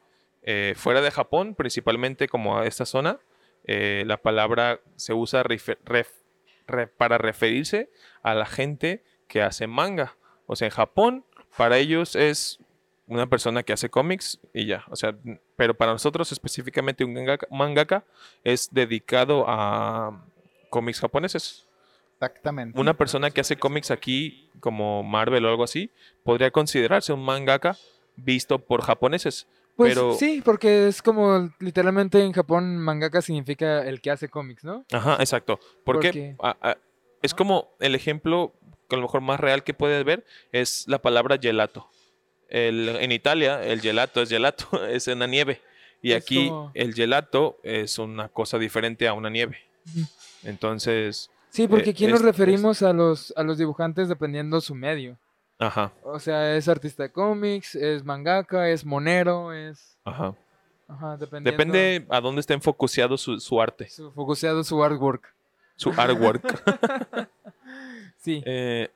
Eh, fuera de Japón, principalmente como a esta zona, eh, la palabra se usa refe- ref- re- para referirse a la gente que hace manga. O sea, en Japón, para ellos es una persona que hace cómics y ya. O sea, n- pero para nosotros específicamente un mangaka, mangaka es dedicado a cómics japoneses. Exactamente. Una persona que hace cómics aquí, como Marvel o algo así, podría considerarse un mangaka visto por japoneses. Pues pero- sí, porque es como literalmente en Japón mangaka significa el que hace cómics, ¿no? Ajá, exacto. Porque- Porque a- a- ah, es como el ejemplo que a lo mejor más real que puedes ver es la palabra gelato. El- en Italia el gelato es gelato, es una nieve. Y Es aquí como- el gelato es una cosa diferente a una nieve. Ujú. Entonces, Sí, porque Eh, aquí es- nos es- referimos a los a los dibujantes dependiendo su medio. ajá, O sea, es artista de cómics, es mangaka, es monero, es ajá. ajá, dependiendo Depende a dónde estén focuseados su, su arte. su focuseado su artwork. su artwork. Sí. Eh,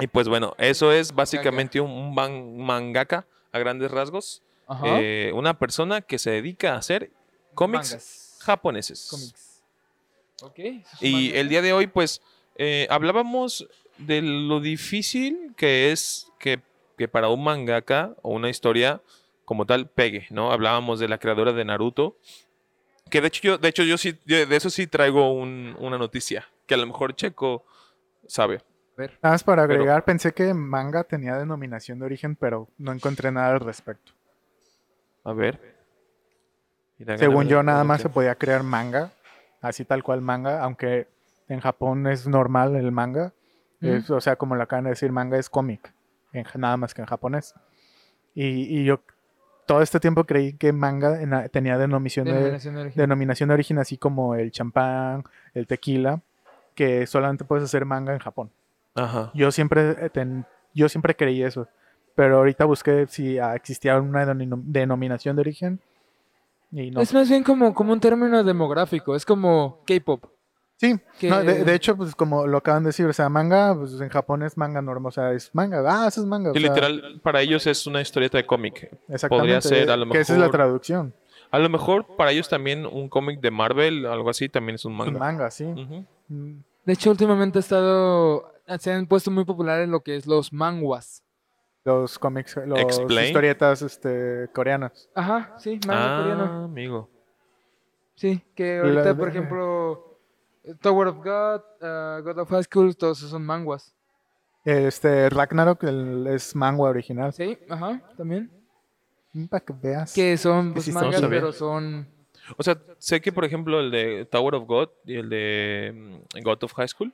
y pues bueno, eso es básicamente un- un man- mangaka a grandes rasgos. Ajá. Eh, una persona que se dedica a hacer cómics Mangas. japoneses. Cómics. Ok. eso es un Y manga. el día de hoy, pues, eh, hablábamos de lo difícil que es que, que para un mangaka o una historia como tal pegue, ¿no? Hablábamos de la creadora de Naruto, que de hecho yo, de hecho yo sí, yo de eso sí traigo un- una noticia, que a lo mejor Checo sabe. A ver. Nada más para Pero- agregar, pensé que manga tenía denominación de origen, pero no encontré nada al respecto. A ver. Mira, Según gana- yo, nada gana- más se podía crear manga, así tal cual manga, aunque en Japón es normal el manga. Es- o sea, como lo acaban de decir, manga es cómic, en ja- nada más que en japonés. Y, y yo todo este tiempo creí que manga en la- tenía denominación de, Denominación de origen. denominación de origen, así como el champán, el tequila, que solamente puedes hacer manga en Japón. Ajá. Yo siempre, eh, ten- yo siempre creí eso. Pero ahorita busqué si ah, existía una denom- denominación de origen. Y no. Es más bien como, como un término demográfico. Es como K-pop. sí, que- no, de, de hecho, pues como lo acaban de decir, o sea, manga, pues en Japón es manga normal, o sea, es manga. Ah, eso es manga. o Sí, sea, literal, para ellos es una historieta de cómic. exactamente, podría ser, a lo Que esa es la mejor, traducción. A lo mejor para ellos también un cómic de Marvel, algo así, también es un Manga, manga. manga sí. Ujú. Mm, De hecho, últimamente ha estado. Se han puesto muy populares lo que es los manguas. Los cómics, las Explain. historietas este, coreanas. Ajá, sí, manga Ah, coreano. amigo. Sí, que La ahorita, de- por ejemplo, Tower of God, ah, God of High School, todos esos son manguas. Este, Ragnarok el- es manga original. Sí, ajá, también. Mm, Para que veas. Que son Sí, pues, sí, no mangas, sabía. pero son... O sea, sé que, por ejemplo, el de Tower of God y el de mm, God of High School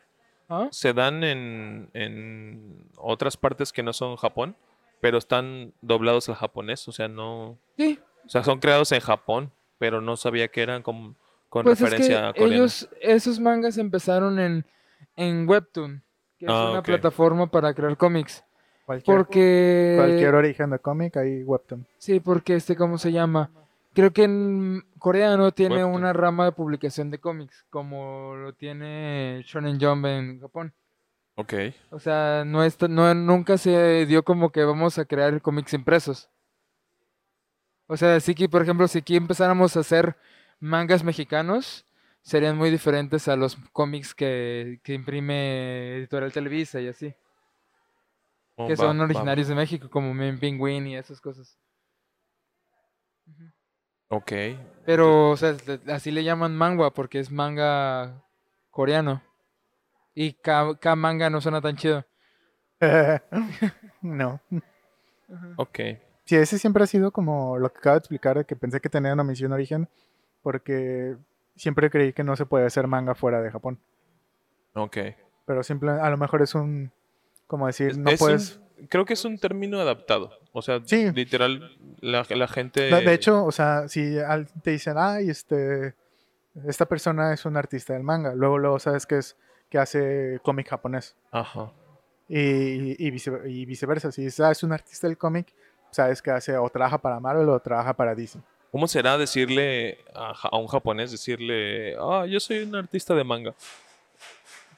¿ah? se dan en, en otras partes que no son Japón, pero están doblados al japonés. O sea, no. Sí, O sea, son creados en Japón, pero no sabía que eran con, con pues es referencia que a coreana. ellos, esos mangas empezaron en, en Webtoon, que es Ah, una ok. plataforma para crear cómics. cualquier, Porque... cualquier origen de cómic, hay webtoon. Sí, porque este, ¿cómo se llama? Creo que en Corea no tiene Webtoon. una rama de publicación de cómics, como lo tiene Shonen Jump en Japón. Ok. O sea, no está, no, nunca se dio como que vamos a crear cómics impresos. O sea, sí que, por ejemplo, si aquí empezáramos a hacer mangas mexicanos, serían muy diferentes a los cómics que, que imprime Editorial Televisa y así, Oh, que va, son va. originarios de México, como Men Pingüín y esas cosas. Ujú. Ok. Pero, o sea, le- así le llaman manga porque es manga coreano. Y K, manga no suena tan chido. no. Ok. Sí, ese siempre ha sido como lo que acabo de explicar, de que pensé que tenía una misión origen, porque siempre creí que no se puede hacer manga fuera de Japón. Ok. Pero simple, a lo mejor es un, como decir, Es- no es puedes... un- creo que es un término adaptado. O sea, Sí. literal, la, la gente. No, de hecho, o sea, si al- te dicen, ay, este, esta persona es un artista del manga, luego, luego sabes que es que hace cómic japonés Ajá. y, y vice- y viceversa. Si dices, "Ah, es un artista del cómic, sabes que hace o trabaja para Marvel o trabaja para Disney. ¿Cómo será decirle a, ja- a un japonés, decirle, ah, yo soy un artista de manga?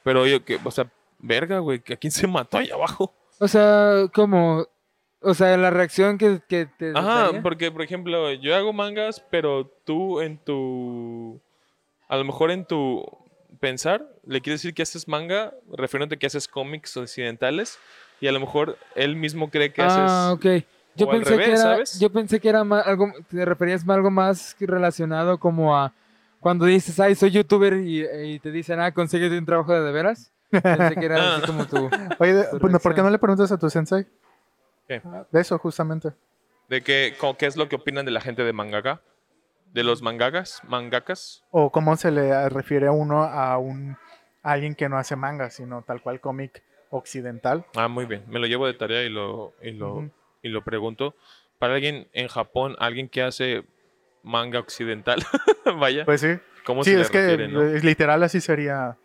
Pero oye, que, o sea, verga, güey, ¿que ¿a quién se mató allá abajo? O sea, como. O sea, la reacción que, que te. Ajá, daría. Ah, porque, por ejemplo, yo hago mangas, pero tú en tu. A lo mejor en tu pensar, le quieres decir que haces manga, refiriéndote que haces cómics occidentales, y a lo mejor él mismo cree que Ah, haces. ok. Yo o al pensé, que revés, era, ¿sabes? yo pensé que era ma- algo. Te referías a algo más que relacionado como a. Cuando dices, ay, soy youtuber y, y te dicen, ah, consíguete un trabajo de de veras. Pensé que era así Ah. como tú. Oye, de- Correcto. ¿por qué no le preguntas a tu sensei? ¿Qué? Ah, De eso, justamente. De que, co- qué es lo que opinan de la gente de mangaka. De los mangagas, mangakas. O cómo se le ah, refiere uno a un a alguien que no hace manga, sino tal cual cómic occidental. Ah, muy bien. Me lo llevo de tarea y lo, y lo, Ujú. y lo pregunto. Para alguien en Japón, alguien que hace manga occidental, vaya, Pues sí. ¿cómo Sí, se le es que refiere, no? eh, literal así sería.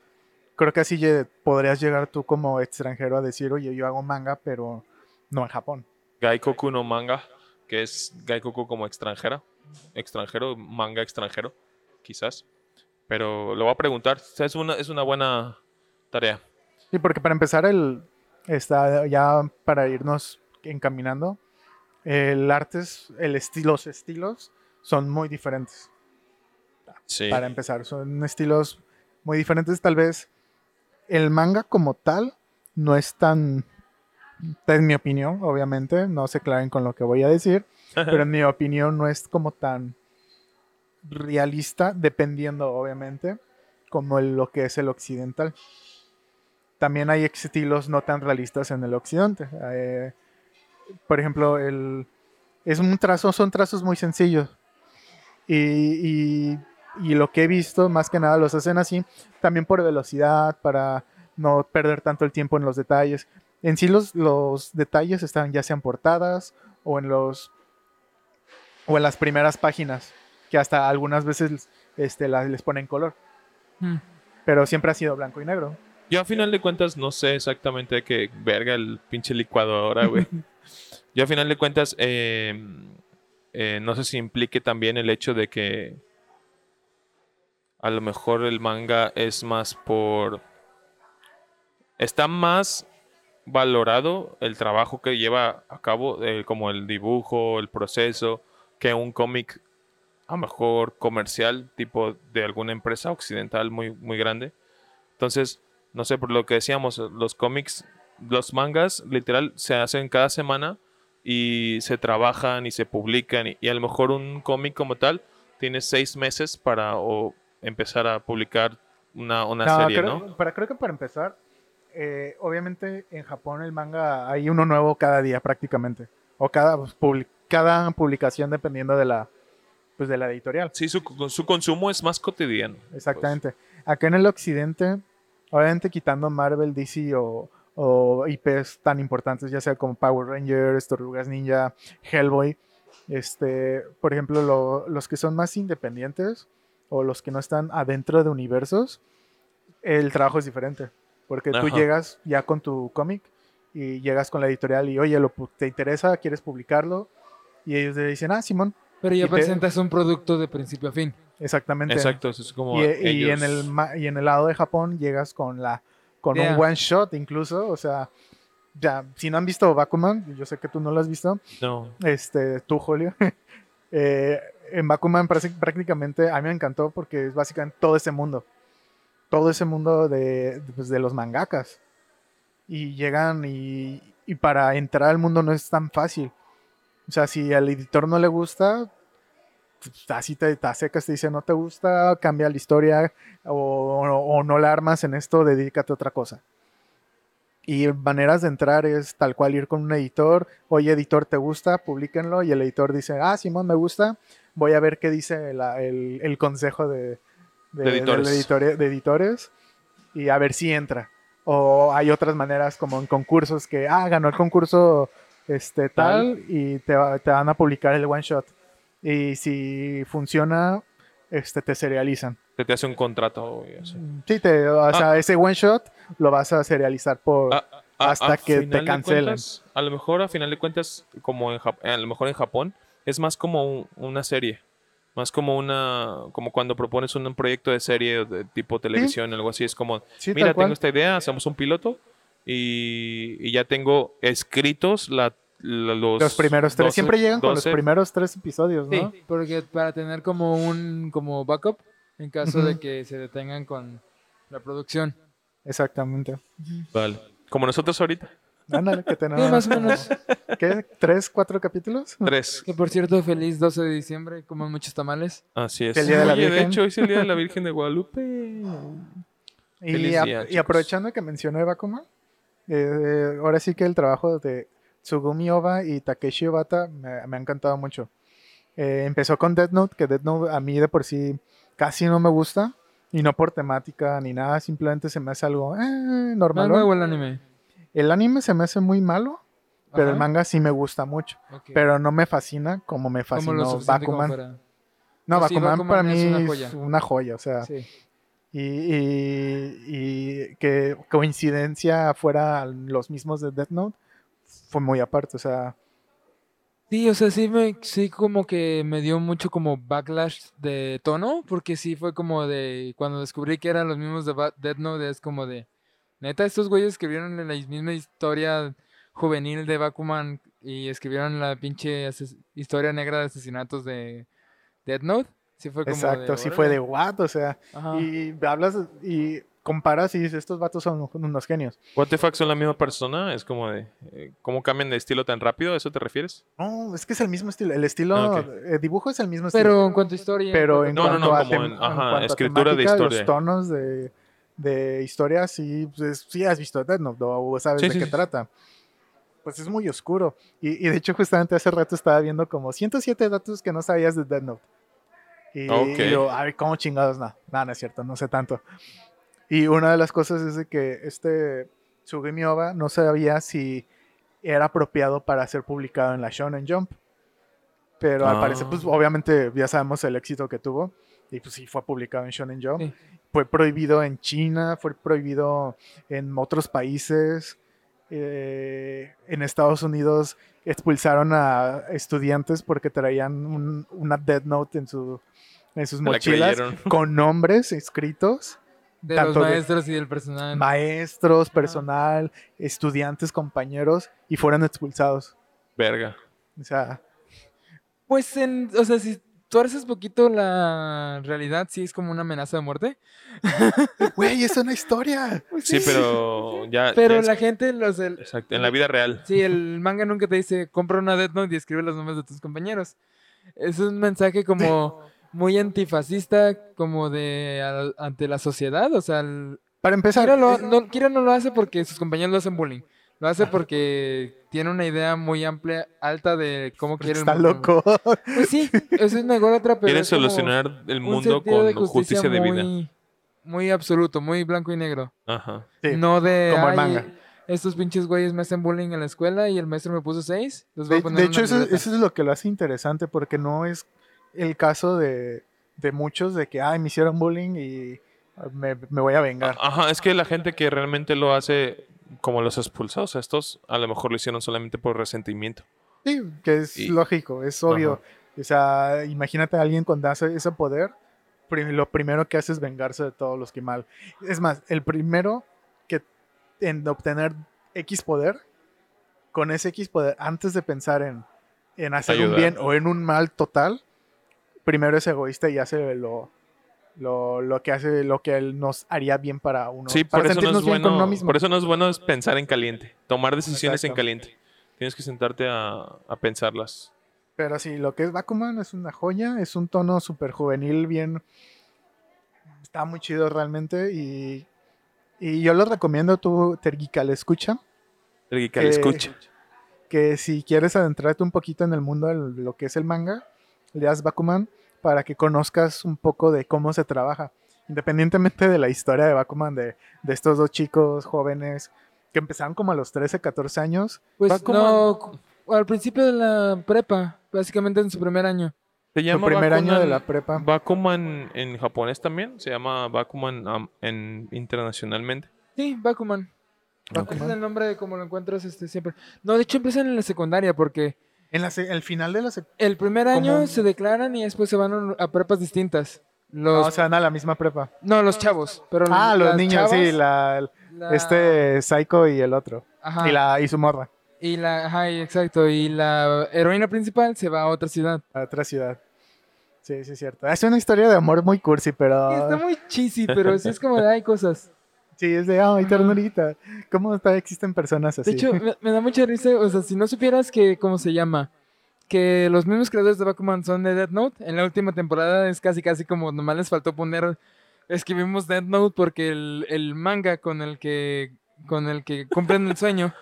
Creo que así lle- podrías llegar tú como extranjero a decir, oye, yo hago manga, pero no en Japón. Gaikoku no manga, que es Gaikoku como extranjera. Extranjero, manga extranjero, quizás. Pero lo voy a preguntar. O sea, es, una, es una buena tarea. Sí, porque para empezar, el, está ya para irnos encaminando, el arte, es- el esti- los estilos son muy diferentes. Sí. Para empezar, son estilos muy diferentes. Tal vez el manga como tal no es tan, en mi opinión, obviamente, no se claven con lo que voy a decir, pero en mi opinión no es como tan realista, dependiendo obviamente, como el- lo que es el occidental. También hay estilos no tan realistas en el occidente. Eh, por ejemplo, el, es un trazo, son trazos muy sencillos. Y, y- y lo que he visto, más que nada, los hacen así, también por velocidad, para no perder tanto el tiempo en los detalles. En sí los, los detalles están ya sean portadas o en los o en las primeras páginas, que hasta algunas veces este, las, les ponen color, Mm. pero siempre ha sido blanco y negro. Yo a final de cuentas no sé exactamente de qué verga el pinche licuadora, güey. Yo a final de cuentas eh, eh, no sé si implique también el hecho de que a lo mejor el manga es más por... Está más valorado el trabajo que lleva a cabo, eh, como el dibujo, el proceso, que un cómic a lo mejor comercial, tipo de alguna empresa occidental muy, muy grande. Entonces, no sé, por lo que decíamos, los cómics, los mangas, literal, se hacen cada semana y se trabajan y se publican. Y, y a lo mejor un cómic como tal tiene seis meses para o, empezar a publicar una, una No, serie, creo, ¿no? Para, creo que para empezar, eh, obviamente en Japón el manga hay uno nuevo cada día prácticamente. O cada, publi- cada publicación dependiendo de la, pues, de la editorial. Sí, su, su consumo es más cotidiano. pues. Exactamente. Acá en el occidente, obviamente quitando Marvel, DC o, o IPs tan importantes, ya sea como Power Rangers, Tortugas Ninja, Hellboy, este, por ejemplo, lo- los que son más independientes o los que no están adentro de universos, el trabajo es diferente. Porque tú Ajá. llegas ya con tu cómic y llegas con la editorial y, oye, lo, pu- ¿te interesa? ¿Quieres publicarlo? Y ellos te dicen, ah, Simón, Pero Y ya te- presentas un producto de principio a fin. exactamente. Exacto, eso es como Y, y ellos- en el, ma- y en el lado de Japón llegas con la con Yeah. un one shot incluso, o sea, ya si no han visto Bakuman, yo sé que tú no lo has visto, No. este, tú Julio, eh, en Bakuman parece- prácticamente a mí me encantó porque es básicamente todo ese mundo, todo ese mundo de, pues, de los mangakas y llegan y, y para entrar al mundo no es tan fácil, o sea, si al editor no le gusta, pues, así te, te secas, te dice no te gusta, cambia la historia o, o no la armas en esto, dedícate a otra cosa. Y maneras de entrar es tal cual ir con un editor, oye editor, ¿te gusta? Publíquenlo y el editor dice, ah, Simón, me gusta, voy a ver qué dice la- el, el consejo de, de- De editores. del editore- de editores y a ver si entra. O hay otras maneras como en concursos que, ah, ganó el concurso este tal y te, va- te van a publicar el one shot. Y si funciona, este, te serializan. Se te hace un contrato y así. Sí, te, Ah. o sea, ese one shot lo vas a serializar por... A- a- Hasta que te final de cancelen. cuentas, a lo mejor a final de cuentas, como en Jap- a lo mejor en Japón, es más como un- una serie. Más como una, como cuando propones un, un proyecto de serie de tipo televisión, algo así, es como, sí, mira, tal cual. tengo esta idea, hacemos un piloto y, y ya tengo escritos la, la- los, los primeros tres. 12 Siempre llegan con los 12 primeros tres episodios, ¿no? Sí, porque para tener como un como backup en caso de Ujú. que se detengan con la producción. Exactamente. Vale. Como nosotros ahorita, Ándale, que tenemos... Sí, más o menos. ¿Qué? ¿Tres, cuatro capítulos? tres. Que por cierto, feliz 12 de diciembre, coman muchos tamales. Así es. El Día de la Oye, Virgen. hecho, hoy es el Día de la Virgen de Guadalupe. Y, Feliz a- día, y chicos. aprovechando que mencioné Bakuma, eh, ahora sí que el trabajo de Tsugumi Oba y Takeshi Obata me, me ha encantado mucho. Eh, empezó con Death Note, que Death Note a mí de por sí casi no me gusta, y no por temática ni nada, simplemente se me hace algo eh, ¿No es normal. nuevo el anime? El anime se me hace muy malo, pero el Ajá. manga sí me gusta mucho, Ok. pero no me fascina como me Como lo fascinó suficiente como Bakuman. para- No, Pues sí, Bakuman, Bakuman para es mí una es joya. una joya, o sea, sí. y, y- y que coincidencia fuera los mismos de Death Note fue muy aparte, o sea, Sí, o sea, sí, me, sí como que me dio mucho como backlash de tono, porque sí fue como de, cuando descubrí que eran los mismos de Ba- Death Note, es como de, neta, estos güeyes escribieron la misma historia juvenil de Bakuman y escribieron la pinche ases- historia negra de asesinatos de Death Note. Sí fue como Exacto, de, sí fue de "Órale". Ah. what, o sea, Ajá. y hablas y comparas y dices, estos vatos son unos genios. ¿What the fuck son la misma persona? Es como de. eh, ¿Cómo cambian de estilo tan rápido? ¿A eso te refieres? No, es que es el mismo estilo, el estilo, Ah, ok. el dibujo es el mismo estilo, Pero en cuanto a historia... pero en No, no, cuanto no, a, como tem- en- en ajá, cuanto a escritura de temática, historia. los tonos de, de historia, sí, pues, sí has visto Death Note, o sabes Sí, de sí, qué sí. trata. Pues es muy oscuro. Y, y de hecho, justamente hace rato estaba viendo como 107 datos que no sabías de Death Note. Y, Ok. y yo, a ver, ¿cómo chingados? No, no, no es cierto, no sé tanto. Y una de las cosas es de que este Sugimi Oba no sabía si era apropiado para ser publicado en la Shonen Jump. Pero al Ah. parecer, pues obviamente ya sabemos el éxito que tuvo. Y pues sí, fue publicado en Shonen Jump. Sí. Fue prohibido en China, fue prohibido en otros países. Eh, en Estados Unidos expulsaron a estudiantes porque traían un- una Dead Note en, su, en sus Me la mochilas creyeron. con nombres escritos De los tanto de- maestros y del personal. maestros, personal, estudiantes, compañeros, y fueron expulsados. Verga. O sea, Pues en, o sea, si tuerces poquito la realidad, sí es como una amenaza de muerte. güey, es una historia. Pues Sí, pero ya. ya Pero es- la gente, los el, Exacto, en la vida real. sí, el manga nunca te dice, compra una Death Note y escribe los nombres de tus compañeros. Es un mensaje como muy antifascista, como de al- ante la sociedad. O sea, el- Para empezar, Kira, lo- eh, no, Kira no lo hace porque sus compañeros lo hacen bullying. Lo hace porque tiene una idea muy amplia, alta de cómo quiere el está mundo. loco. Pues sí, es una ególatra, pero Quieren es como- solucionar el un mundo sentido con justicia, de vida. muy- Muy absoluto, muy blanco y negro. Ajá. Sí, no de. como el "Ay, manga". Estos pinches güeyes me hacen bullying en la escuela y el maestro me puso seis. los voy a De, poner de una hecho, eso, libreta". eso es lo que lo hace interesante, porque no es el caso de, de muchos de que, ay, me hicieron bullying y ah, me, me voy a vengar. Ajá, es que la gente que realmente lo hace como los expulsados, estos a lo mejor lo hicieron solamente por resentimiento. Sí, que es Y- lógico, es obvio. Ajá. O sea, imagínate a alguien con ese, ese poder, pri- lo primero que hace es vengarse de todos los que mal. Es más, el primero que en obtener X poder, con ese X poder, antes de pensar en, en hacer un Ayudar. bien o en un mal total, primero es egoísta y hace lo, lo, lo que hace lo que él nos haría bien para uno. Sí, para por eso, no es sentirnos bien con uno bueno, mismo. por eso no es bueno es pensar en caliente, tomar decisiones en Exacto. caliente. Tienes que sentarte a, a pensarlas. Pero sí, lo que es Bakuman es una joya, es un tono súper juvenil, bien... Está muy chido realmente y, y yo lo recomiendo tú, Tergical Escucha, El que Eh, escuche. que si quieres adentrarte un poquito en el mundo de lo que es el manga, leas Bakuman para que conozcas un poco de cómo se trabaja. Independientemente de la historia de Bakuman, de, de estos dos chicos jóvenes que empezaron como a los 13, 14 años. Pues Bakuman- no, cu- al principio de la prepa, básicamente en su primer año. Se Su llama primer año de Bakuman- la prepa. Bakuman en japonés también, se llama Bakuman am- en, internacionalmente. Sí, Bakuman. Ese es Bakuman. el nombre de como lo encuentras este, siempre. No, de hecho empiezan en la secundaria porque En la se- el final de la sec- el primer Como año un- se declaran y después se van a prepas distintas. No, Los, se van a la misma prepa. no, los chavos. Pero Ah, los las niños, chavas, sí, la, la- este Psycho y el otro. Ajá. Y la y su morra Y la, ajá, y exacto. Y la heroína principal se va a otra ciudad. a otra ciudad. Sí, sí, es cierto. Es una historia de amor muy cursi, pero Sí, Está muy cheesy, pero sí es como de hay cosas. sí, es de ay, ternurita. ¿Cómo está- existen personas así? De hecho, me, me da mucha risa. O sea, si no supieras que, ¿cómo se llama? Que los mismos creadores de Bakuman son de Death Note. En la última temporada es casi, casi como nomás les faltó poner. Escribimos Death Note porque el, el manga con el que con el que cumplen el sueño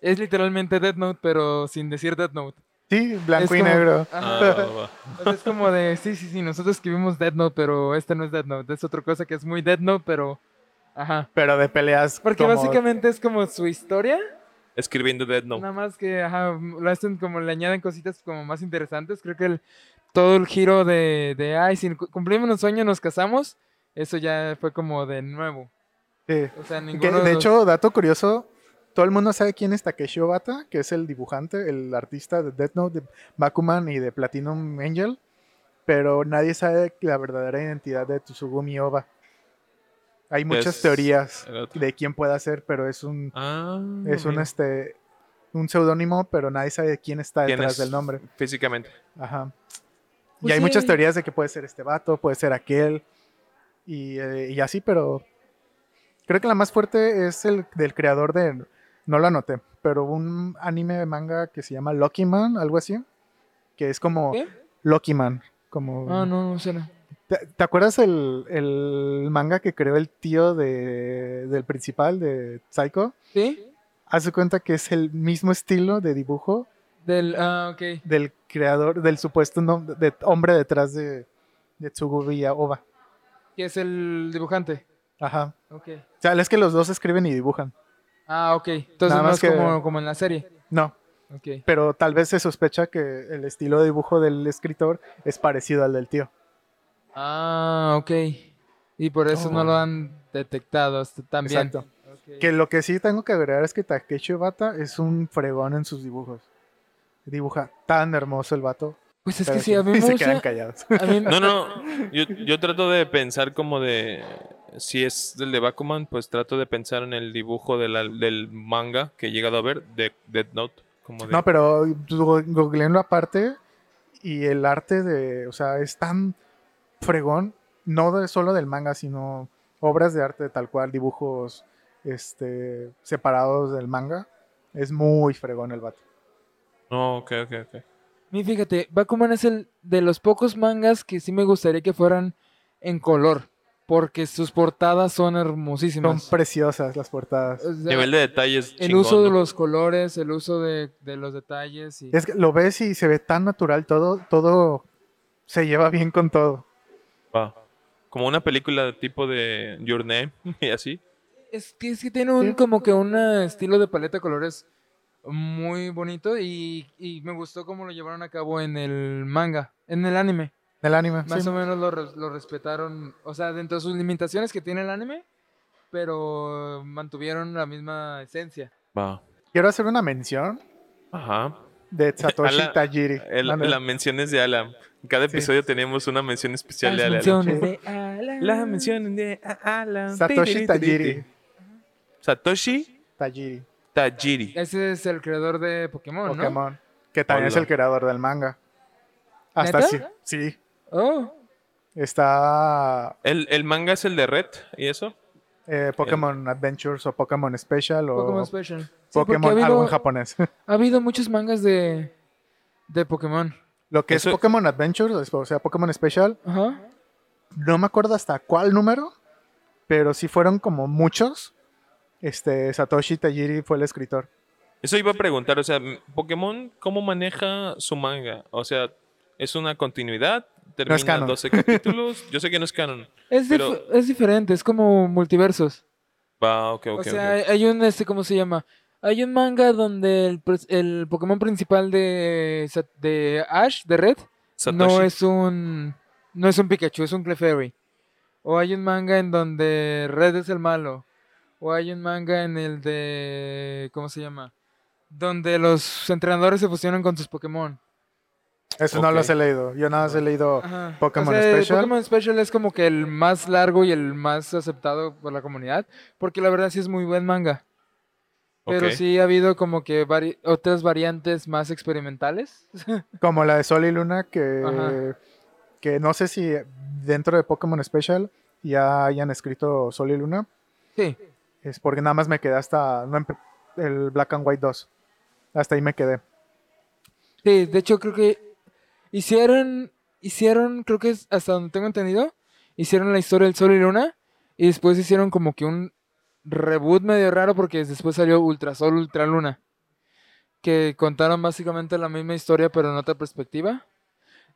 es literalmente Death Note, pero sin decir Death Note. sí, blanco es y como- negro. Ajá. Ah, va. O sea, es como de, sí, sí, sí, nosotros escribimos Dead Note, pero este no es Dead Note, es otra cosa que es muy Dead Note, pero... Ajá. Pero de peleas. Porque como- básicamente es como su historia, Escribiendo Dead Note. nada más que, ajá, lo hacen como, le añaden cositas como más interesantes. Creo que el, todo el giro de, de, ay, si cu- cumplimos un sueño, nos casamos, eso ya fue como de nuevo. sí. O sea, Que, ninguno de los- hecho, dato curioso, Todo el mundo sabe quién es Takeshi Obata, que es el dibujante, el artista de Death Note, de Bakuman y de Platinum Angel. Pero nadie sabe la verdadera identidad de Tsugumi Oba. Hay muchas Es teorías el otro. de quién pueda ser, pero es un, Ah, es un, mira. este, un seudónimo, pero nadie sabe quién está ¿Quién detrás es del nombre. Físicamente. Ajá. y Pues hay muchas sí. teorías de que puede ser este vato, puede ser aquel. Y, eh, y así, pero. Creo que la más fuerte es el del creador de. No lo anoté, pero un anime de manga que se llama Lucky Man, algo así. Que es como. ¿Qué? Lucky Man. Como. Ah, no, no suena. ¿Te, te acuerdas el, el manga que creó el tío de, del principal de Psycho? ¿Sí? Haz de cuenta que es el mismo estilo de dibujo Del, ah, ok. del creador, del supuesto nom- de hombre detrás de, de Tsugubi Oba. Que es el dibujante. Ajá. Ok. O sea, es que los dos escriben y dibujan. Ah, ok. Entonces Nada no más es que- como, como en la serie. No, Ok. pero tal vez se sospecha que el estilo de dibujo del escritor es parecido al del tío. Ah, ok. Y por eso no Oh. lo han detectado hasta tan bien. Exacto. Ok. Que lo que sí tengo que agregar es que Takeshi Obata es un fregón en sus dibujos. Dibuja tan hermoso el vato. Pues es pero que sí, a mí me y se gusta. quedan callados. a mí- No, no, no. Yo, yo trato de pensar como de. Si es del de Bakuman, pues trato de pensar en el dibujo de la- del manga que he llegado a ver de Death Note. Como de, No, pero go- googleenlo aparte y el arte de, o sea, es tan fregón, no de, solo del manga, sino obras de arte tal cual, dibujos este, separados del manga. Es muy fregón el vato. No, ok, ok, ok. Mi, fíjate, Bakuman es el de los pocos mangas que sí me gustaría que fueran en color. Porque sus portadas son Son hermosísimas. preciosas las portadas. O sea, Nivel de detalles. el chingón, uso de ¿no? los colores, el uso de, de los detalles. Y... Es que lo ves y se ve tan natural todo, todo se lleva bien con todo. Va. Como una película de tipo de Your Name y así. Es que, es que tiene un Sí. como que un eh, estilo de paleta de colores muy bonito y, y me gustó cómo lo llevaron a cabo en el manga, en el anime. El anime. Más sí. o menos lo, res- lo respetaron, o sea, dentro de sus limitaciones que tiene el anime, pero mantuvieron la misma esencia. Va. Quiero hacer una mención Ajá. de Satoshi Ala- Tajiri. El- Ándale. las menciones de Alan. En cada Sí. episodio tenemos una mención especial de Alan. Las menciones de A- Alan. Satoshi Tiri, tiri, Tajiri. tiri. Satoshi Tajiri. Tajiri. Ese es el creador de Pokémon, ¿no? Pokémon, que también es Hola. el creador del manga. Hasta ¿Neta? sí, sí. Oh, Está El, el manga es el de Red y eso. eh, Pokémon Adventures o Pokémon Special o Pokémon Pokémon, Special. Sí, porque ha algo en habido, japonés. ha habido muchos mangas de, de Pokémon. Lo que Eso- es Pokémon Adventures, o sea, Pokémon Special, Ajá. no me acuerdo hasta cuál número, pero sí fueron como muchos. Este, Satoshi Tajiri fue el escritor. Eso iba a preguntar, o sea, m- Pokémon, ¿cómo maneja su manga? O sea, ¿es una continuidad? ¿Termina canon. 12 capítulos? Yo sé que no es canon. Es, dif- Pero- es diferente, es como multiversos. Va, ok, ok. o ok. sea, hay- hay un, este, ¿cómo se llama? Hay un manga donde el, pres- el Pokémon principal de, Sa- de Ash, de Red, no Satoshi. es un no es un Pikachu, es un Clefairy. O hay un manga en donde Red es el malo. O hay un manga en el de ¿cómo se llama? Donde los entrenadores se fusionan con sus Pokémon. Eso no Ok. los he leído. Yo nada más he leído. Ajá. Pokémon el Special. Pokémon Special es como que el más largo y el más aceptado por la comunidad, porque la verdad sí es muy buen manga. Pero Ok. sí ha habido como que vari- otras variantes más experimentales. Como la de Sol y Luna, que, Ajá. que no sé si dentro de Pokémon Special ya hayan escrito Sol y Luna, sí. Es porque nada más me quedé hasta no empe- el Black and White 2. Hasta ahí me quedé. Sí, de hecho creo que hicieron, hicieron, creo que es hasta donde tengo entendido, hicieron la historia del Sol y Luna y después hicieron como que un reboot medio raro porque después salió Ultra Sol, Ultra Luna, que contaron básicamente la misma historia pero en otra perspectiva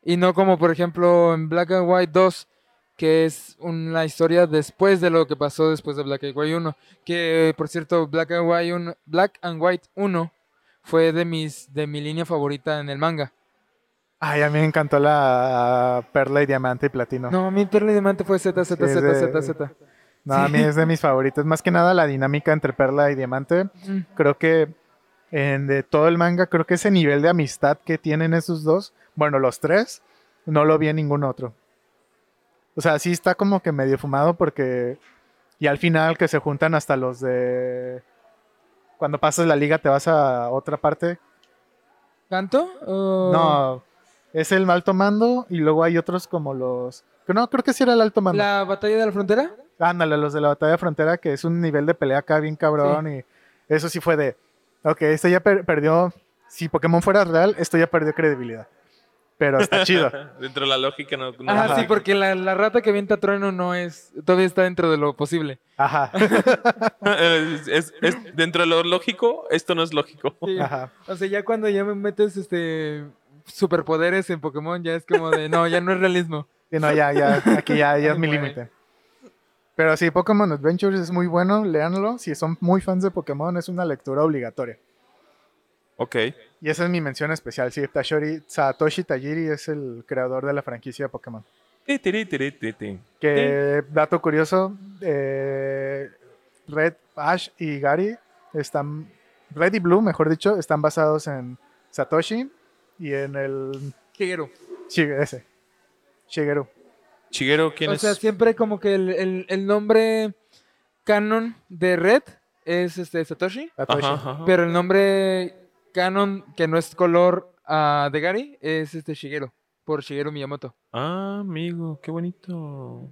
y no como por ejemplo en Black and White 2 que es una historia después de lo que pasó después de Black and White 1, que por cierto Black and White 1, Black and White 1 fue de mis de mi línea favorita en el manga. Ay, a mí me encantó la Perla y Diamante y Platino. No, mi perla y diamante fue Z, Z, Ah. Sí, Z, de- Z, Z. No, a mí es de mis favoritos. Más que nada la dinámica entre Perla y Diamante. Creo que en de todo el manga, creo que ese nivel de amistad que tienen esos dos, bueno, los tres, no lo vi en ningún otro. O sea, sí está como que medio fumado porque... Y al final que se juntan hasta los de... Cuando pasas la liga te vas a otra parte. ¿Tanto? ¿O- No, es el alto mando y luego hay otros como los... No, creo que sí era el alto mando. ¿La batalla de la frontera? Ándale, los de la batalla de frontera, que es un nivel de pelea acá bien cabrón. Y eso sí fue de. Ok, este ya per- perdió. Si Pokémon fuera real, esto ya perdió credibilidad. Pero está chido. Dentro de la lógica no. no- Ah, Ajá. sí, porque la, la rata que avienta trueno no es. Todavía está dentro de lo posible. Ajá, Es- es- es- dentro de lo lógico, esto no es lógico. Sí. ajá. O sea, ya cuando ya me metes este superpoderes en Pokémon, ya es como de no, ya no es realismo. Y no, ya, ya. Aquí ya, ya es Ay, mi güey. límite. Pero sí, Pokémon Adventures es muy bueno. Leanlo. Si son muy fans de Pokémon, es una lectura obligatoria. Ok. Y esa es mi mención especial. Sí, Tashori, Satoshi Tajiri es el creador de la franquicia de Pokémon. Ti, tiri, tiri, ti, ti. Que dato curioso, eh, Red, Ash y Gary están, Red y Blue, mejor dicho, están basados en Satoshi y en el Quiero. Shige- ese, Shigeru. Chiguero, ¿quién O es? sea, siempre como que el, el- el nombre canon de Red es este Satoshi, Satoshi. Ajá, ajá. pero el nombre canon que no es color ah, de Gary es este Shigeru, por Shigeru Miyamoto. Ah, amigo, qué bonito.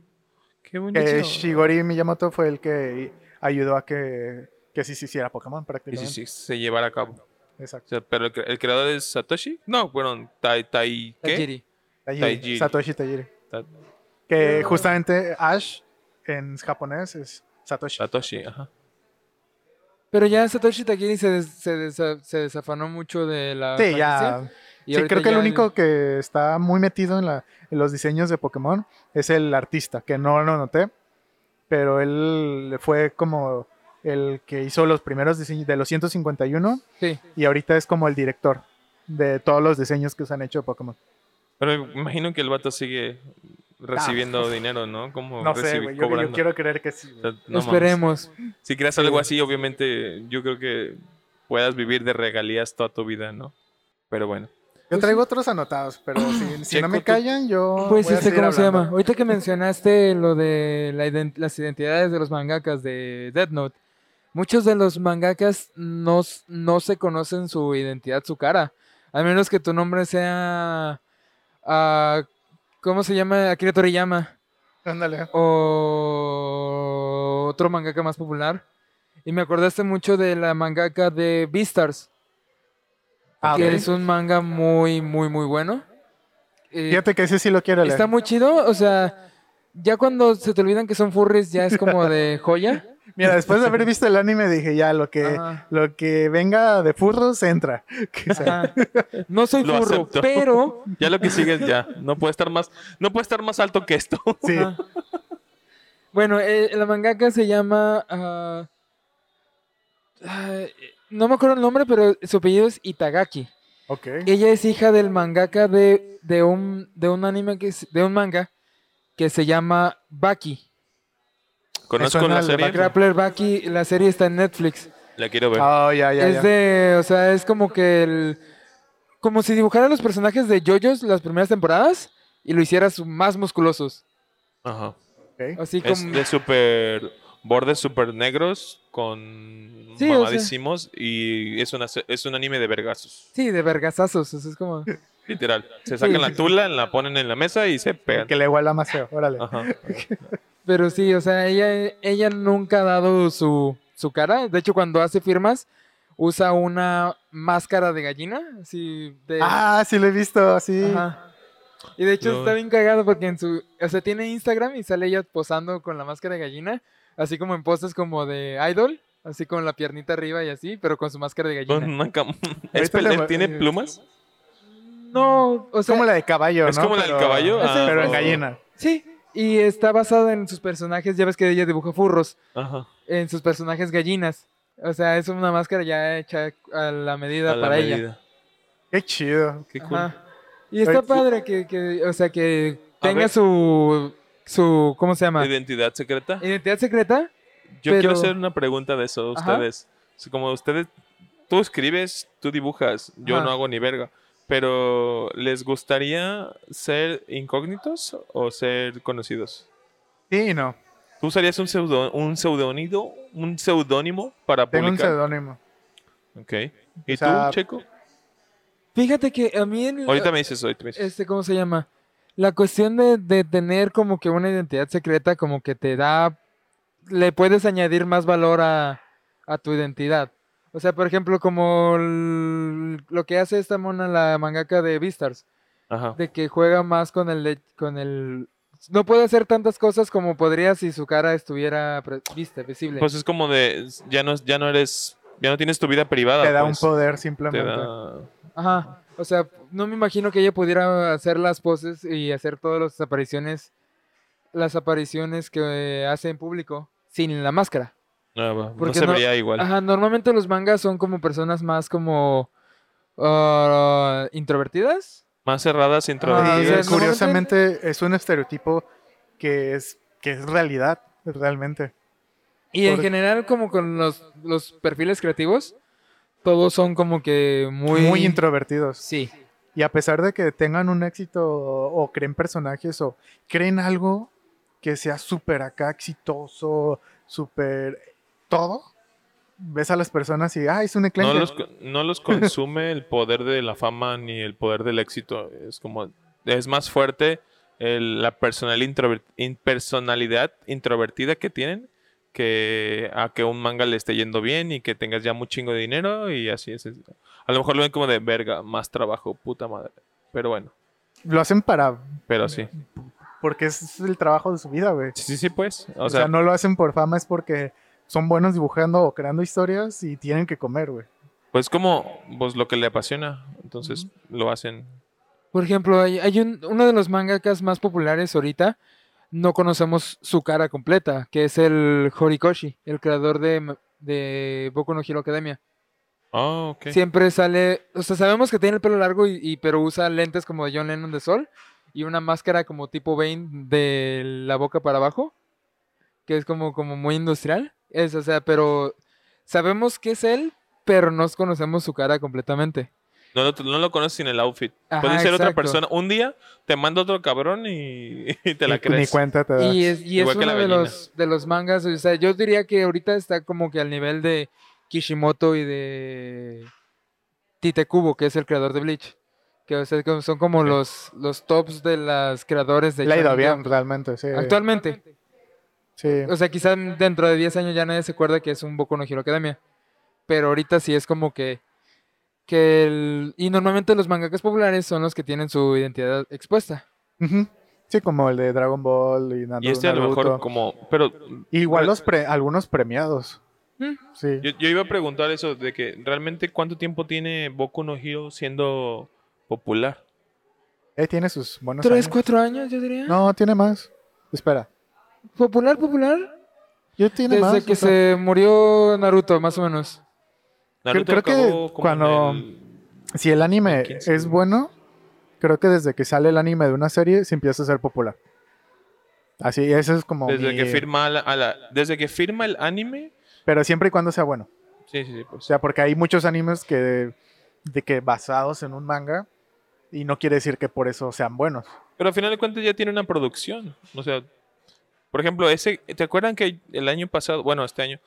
Qué bonito. Que Shigori Miyamoto fue el que ayudó a que, que sí se hiciera Y Pokémon si, prácticamente. si se llevara a cabo. O Exacto. sea, pero el, cre- el creador es Satoshi. No, bueno, Tai. tai ¿Qué? Tajiri. Tajiri, Tajiri. Satoshi Tajiri. Ta- Que justamente Ash en japonés es Satoshi. Satoshi, ajá. Pero ya Satoshi Tajiri se, des- se, desa- se desafanó mucho de la Sí, franquicia, ya. y sí, ahorita creo que el ya único que está muy metido en, la- en los diseños de Pokémon es el artista, que no lo noté, pero él fue como el que hizo los primeros diseños de los 151 Sí. y ahorita es como el director de todos los diseños que se han hecho de Pokémon. Pero me imagino que el vato sigue recibiendo dinero, ¿no? Como No sé, recibe- güey, yo, yo cobrando. quiero creer que sí. O güey. sea, no mames. Esperemos. Si creas algo así, obviamente yo creo que puedas vivir de regalías toda tu vida, ¿no? Pero bueno. Yo traigo otros anotados, pero si, si no Checo me tu- callan, yo... Pues voy a este, seguir ¿cómo se llama? hablando. Ahorita que mencionaste lo de la ident- las identidades de los mangakas de Death Note, muchos de los mangakas no, s- no se conocen su identidad, su cara. A menos que tu nombre sea... ah, ¿Cómo se llama? Akira Toriyama. Ándale. O otro mangaka más popular. Y me acordaste mucho de la mangaka de Beastars. Ah, que ok. es un manga muy, muy, muy bueno. Eh, Fíjate que ese sí lo quiero leer. Está muy chido, o sea, ya cuando se te olvidan que son furries ya es como de joya. Mira, después de haber visto el anime dije, ya, lo Eh, que... Ajá, Lo que venga de furros entra. Que sea. ajá. No soy Lo furro, acepto. pero Ya lo que sigue es ya. No puede estar más, no puede estar más alto que esto. Sí. ajá. Bueno, eh, la mangaka se llama ah, ah, no me acuerdo el nombre, pero su apellido es Itagaki. Ok. Ella es hija del mangaka de, de un de un anime que es- de un manga que se llama Baki. Conozco suena la al serie, Backdraft. Grappler Baki, la serie está en Netflix. la quiero ver. Ah, Oh, ya, ya, ya. es de, o sea, es como que el, como si dibujara los personajes de JoJo's las primeras temporadas y lo hicieras más musculosos, Ajá. Ok. así como, Es de super bordes super negros con Sí, o sea. mamadísimos y es una se- es un anime de vergazos. sí, de vergazazos, o sea, es como, Literal. Se sacan la tula, la ponen en la mesa y se pegan. Que le iguala más feo. Órale. Ajá. pero sí, o sea, ella, ella nunca ha dado su, su cara, de hecho cuando hace firmas usa una máscara de gallina, así de, Ah, sí lo he visto, sí. ajá. y de hecho Lol. está bien cagado porque en su, o sea, tiene Instagram y sale ella posando con la máscara de gallina, así como en poses como de idol. Así con la piernita arriba y así, pero con su máscara de gallina. Con una cam- ¿Es Ahorita le pel- va- ¿Tiene eh, plumas? No, o Es sea, como la de caballo, ¿Es ¿no? como la del caballo? Ah, pero en ok. gallina. sí, y está basada en sus personajes, ya ves que ella dibuja furros, Ajá. en sus personajes gallinas. O sea, es una máscara ya hecha a la medida A la para ella. medida. Qué chido. Qué cool. Ajá. Y está Ahorita- padre que, que, o sea, que A tenga ver. su su, ¿cómo se llama? Identidad secreta. Identidad secreta. Yo pero- quiero hacer una pregunta de eso a Ajá. ustedes. Si Como ustedes, tú escribes, tú dibujas, yo Ajá. no hago ni verga. Pero, ¿les gustaría ser incógnitos o ser conocidos? Sí, no. ¿Tú usarías un pseudo, un pseudónido, un seudónimo para Tengo un publicar? seudónimo. Ok. ¿Y O sea, tú, Checo? Fíjate que a mí en- Ahorita me dices, ahorita me dices. este, ¿cómo se llama? La cuestión de, de tener como que una identidad secreta como que te da, le puedes añadir más valor a, a tu identidad. O sea, por ejemplo, como el- lo que hace esta mona, la mangaka de Beastars, Ajá. de que juega más con el, de- con el... No puede hacer tantas cosas como podría si su cara estuviera pre- vista, visible. Pues es como de, ya no, ya no eres, ya no tienes tu vida privada. Te da un pues. poder Te simplemente. da... Ajá. O sea, no me imagino que ella pudiera hacer las poses y hacer todas las apariciones, las apariciones que eh, hace en público sin la máscara. No, ah, va, no Porque se no- vería igual. Ajá, normalmente los mangas son como personas más como ah, introvertidas. Más cerradas, Ah, o sea, Y, introvertidas. es- curiosamente es un estereotipo que es, que es realidad, realmente. Y en Por- general como con los, los perfiles creativos, todos son como que muy... Muy, introvertidos. Sí. Y a pesar de que tengan un éxito o, o creen personajes o creen algo que sea súper acá exitoso, súper todo, ves a las personas y, ah, es un no eclente. los, co- no los consume el poder de la fama ni el poder del éxito. Es como, es más fuerte el- la personal introver- in- personalidad introvertida que tienen que a que un manga le esté yendo bien y que tengas ya un chingo de dinero y así es. es- A lo mejor lo ven como de verga, más trabajo, puta madre. Pero bueno, Lo hacen para... pero sí. Porque es el trabajo de su vida, güey. Sí, sí, sí, pues. O, O, sea, sea, no lo hacen por fama, es porque son buenos dibujando o creando historias y tienen que comer, güey. pues como pues, lo que le apasiona. Entonces lo hacen. Por ejemplo, hay, hay un, uno de los mangakas más populares ahorita, no conocemos su cara completa, que es el Horikoshi, el creador de, M- de Boku no Hero Academia. Ah, ok. Siempre sale, o sea, sabemos que tiene el pelo largo, y, y- pero usa lentes como de John Lennon de Sol y una máscara como tipo Bane de la boca para abajo, que es como, como muy industrial. Es, o sea, pero sabemos que es él, pero no conocemos su cara completamente. No lo, no lo conoces sin el outfit. Ajá, Puede ser otra exacto. persona. Un día te manda otro cabrón y, y te la Ni- Ni crees. cuenta te das. Y es, y es Igual que la uno de gallina. los, de los mangas, o sea, yo diría que ahorita está como que al nivel de Kishimoto y de Tite Kubo, que es el creador de Bleach. Que o sea, como- son como los, los tops de los creadores de Le ha ido Shonen bien, Jump realmente, sí. Actualmente, Sí. o sea, quizás dentro de 10 años ya nadie se acuerda que es un Boku no Hero Academia. Pero ahorita sí es como que. que el- Y normalmente los mangakas populares son los que tienen su identidad expuesta. Ujú. Sí, como el de Dragon Ball y Naruto. Y este a lo mejor Naruto. como... Pero Igual los pre- algunos premiados. Mm. Sí. yo, yo iba a preguntar eso de que realmente cuánto tiempo tiene Boku no Hero siendo popular. Ahí Eh, tiene sus buenos ¿Tres, años. cuatro años, yo diría? No, tiene más. Espera. ¿Popular, popular? Yo tiene Desde más. que o sea, se murió Naruto, más o menos. Naruto creo que acabó como cuando- en el- Si el anime 15, es ¿no? bueno, creo que desde que sale el anime de una serie se empieza a ser popular. Así, eso es como. desde mi- que firma la- a la- desde que firma el anime. Pero siempre y cuando sea bueno. Sí, sí, sí. O Pues. sea, porque hay muchos animes que. de que basados en un manga. Y no quiere decir que por eso sean buenos. Pero al final de cuentas ya tiene una producción. O sea, por ejemplo, ese, ¿te acuerdan que el año pasado, bueno, este año,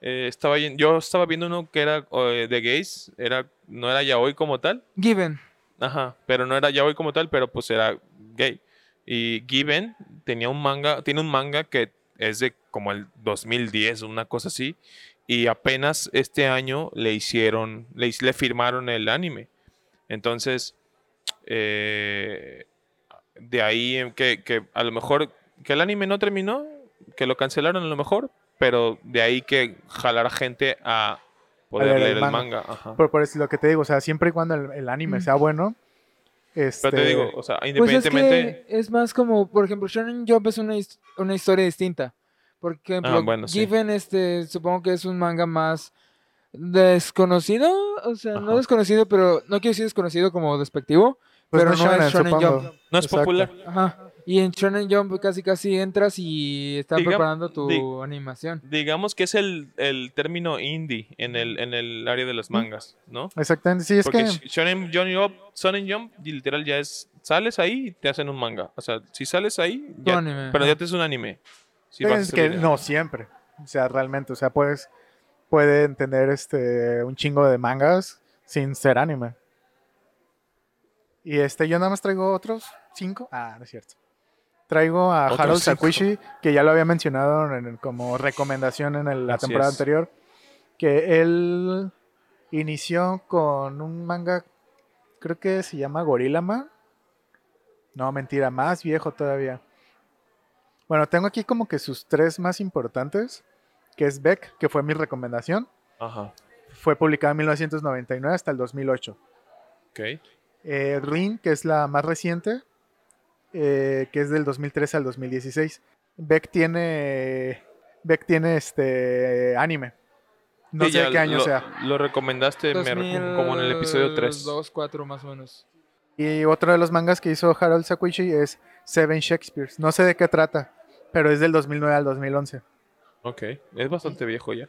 eh, estaba yen- yo estaba viendo uno que era eh, de gays, era, no era yaoi como tal, Given. ajá, pero no era yaoi como tal, pero pues era gay. Y Given tenía un manga, tiene un manga que es de como el 2010, una cosa así, y apenas este año le hicieron, le, his- le firmaron el anime. Entonces, eh, de ahí en que, que a lo mejor que el anime no terminó, que lo cancelaron a lo mejor, pero de ahí que jalar gente a poder leer el leer el manga. manga. ajá. Por, por eso lo que te digo, o sea, siempre y cuando el, el anime Mm. sea bueno. Este, Pero te digo, o sea, Pues es independientemente... que es más como, por ejemplo, Shonen Jump es una, his- una historia distinta. Por ejemplo, Ah, bueno, sí. Given, este, supongo que es un manga más desconocido. O sea, Ajá. no desconocido, pero no quiero decir desconocido como despectivo. pues pero no es shonen, shonen supongo. jump. No es Exacto. popular. Ajá. Y en Shonen Jump casi casi entras y están Diga- preparando tu di- animación. Digamos que es el, el término indie en el, en el área de los mangas, ¿no? Exactamente, sí, es Porque que... Sh- Shonen Johnny Up, Shonen Jump, y literal ya es, sales ahí y te hacen un manga. O sea, si sales ahí, Tu ya- anime, pero ajá. ya te es un anime. Sí, Pero vas a es ser que lineal. no siempre. O sea, realmente, o sea, puedes pueden tener este un chingo de mangas sin ser anime. Y este yo nada más traigo otros cinco. Ah, no es cierto. Traigo a Otros Harold cinco. Sakuishi, que ya lo había mencionado en el- como recomendación en el- la Así temporada es. anterior, que él inició con un manga creo que se llama Gorilla Man. No, mentira, más viejo todavía. Bueno, tengo aquí como que sus tres más importantes, que es Beck, que fue mi recomendación. Ajá, Fue publicada en 1999 hasta el 2008. ok. Eh, Rin, que es la más reciente, eh, que es del 2013 al 2016. Beck tiene, Beck tiene este anime. No Sí, sé ya de qué año lo, sea. Lo recomendaste me recu- como en el episodio 3. 2, 4 más o menos. Y otro de los mangas que hizo Harold Sakuichi es Seven Shakespeares. No sé de qué trata, pero es del 2009 al 2011. Ok, es bastante viejo ya.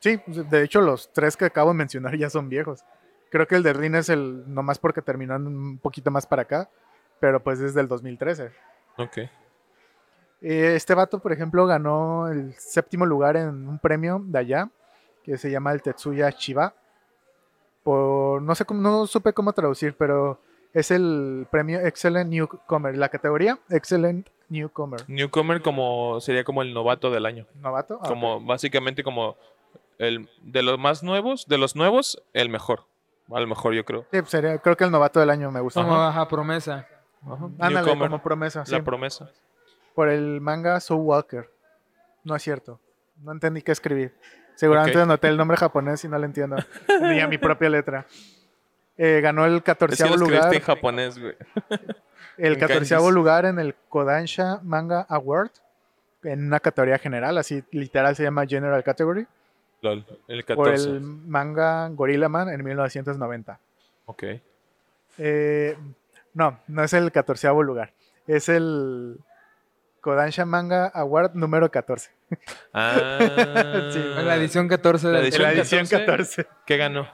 Sí, de hecho los tres que acabo de mencionar ya son viejos. Creo que el de Rin es el, nomás porque terminó en un poquito más para acá, pero pues es del 2013. Ok. Eh, Este vato, por ejemplo, ganó el séptimo lugar en un premio de allá, que se llama el Tetsuya Chiba. Por, no sé cómo, no supe cómo traducir, pero es el premio Excellent Newcomer. La categoría Excellent Newcomer. Newcomer como sería como el novato del año. ¿Novato? Ah, como básicamente como el de los más nuevos, de los nuevos, el mejor. A lo mejor yo creo. sí, pues, sería- creo que el novato del año me gusta. Como baja promesa. Ándale, Newcomer, como promesa. sí. la promesa. por el manga Soul Walker. No es cierto. No entendí qué escribir. Seguramente Ok. anoté el nombre japonés y no lo entiendo. Ni a mi propia letra. Eh, ganó Es que el lo 14 lugar. escribiste en japonés, güey. El en kanjis. 14 lugar en el Kodansha Manga Award. En una categoría general, así literal se llama General Category. Lol, el Por 14. el manga Gorilla Man en 1990. Ok. Eh, no, no es el 14 lugar. Es el Kodansha Manga Award número 14. Ah, Sí, La edición 14 de La edición la edición 14. 14. ¿Qué ganó?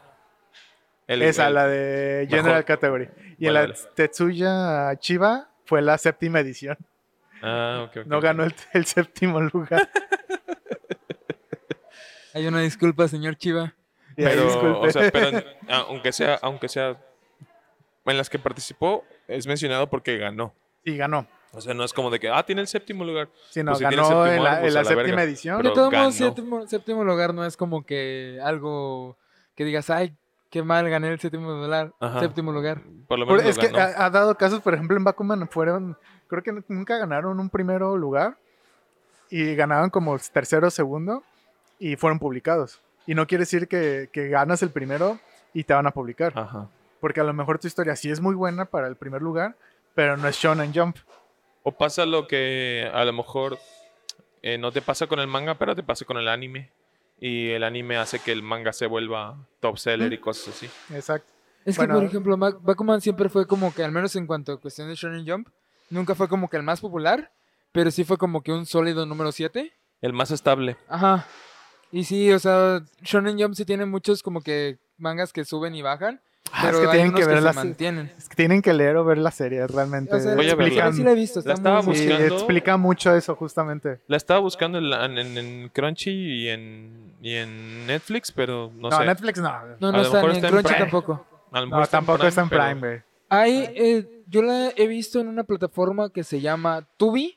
El- Esa, el- la de General mejor. Category. Y Vale, en la vale. Tetsuya Chiba fue la séptima edición. Ah, ok, ok, No ok. ganó el, el séptimo lugar. Hay una disculpa, señor Chiva. Y ahí Pero, disculpe. o sea, pero en- a- aunque sea, aunque sea, en las que participó es mencionado porque ganó. sí, ganó. O sea, no es como de que, ah, tiene el séptimo lugar. Sí, no, Pues si tiene ganó séptimo en la, lugar, pues en la a la séptima verga. edición. De Pero todos modos, ganó. séptimo, séptimo lugar no es como que algo que digas, ay, qué mal gané el séptimo lugar. Ajá. Séptimo lugar. Por lo Por- menos es que ah, ganó. ha, ha dado casos, por ejemplo, en Bakuman fueron, creo que nunca ganaron un primero lugar y ganaban como tercero segundo y fueron publicados. Y no quiere decir que, que ganas el primero y te van a publicar. Ajá. Porque a lo mejor tu historia sí es muy buena para el primer lugar, pero no es Shonen Jump. O pasa lo que a lo mejor eh, no te pasa con el manga, pero te pasa con el anime. Y el anime hace que el manga se vuelva top seller y cosas así. Exacto. Es Bueno. que, por ejemplo, Bac- Bakuman siempre fue como que, al menos en cuanto a cuestión de Shonen Jump, nunca fue como que el más popular, pero sí fue como que un sólido número 7. El más estable. Ajá. Y sí, o sea, Shonen Jump sí tiene muchos como que mangas que suben y bajan, Ah, pero es que hay tienen unos que ver se las mantienen. es que tienen que leer o ver la serie realmente. O sea, Voy a verla. explican- sí la he visto, está La estaba muy- sí, buscando. explica mucho eso justamente. La estaba buscando en, la- en- en- en Crunchy y en, y en Netflix, pero no, No, sé. Netflix no. No, A no lo está mejor ni en está en Crunchy Prime. tampoco. A lo mejor No, tampoco está en pero- Prime, güey. Hay, eh, yo la he visto en una plataforma que se llama Tubi,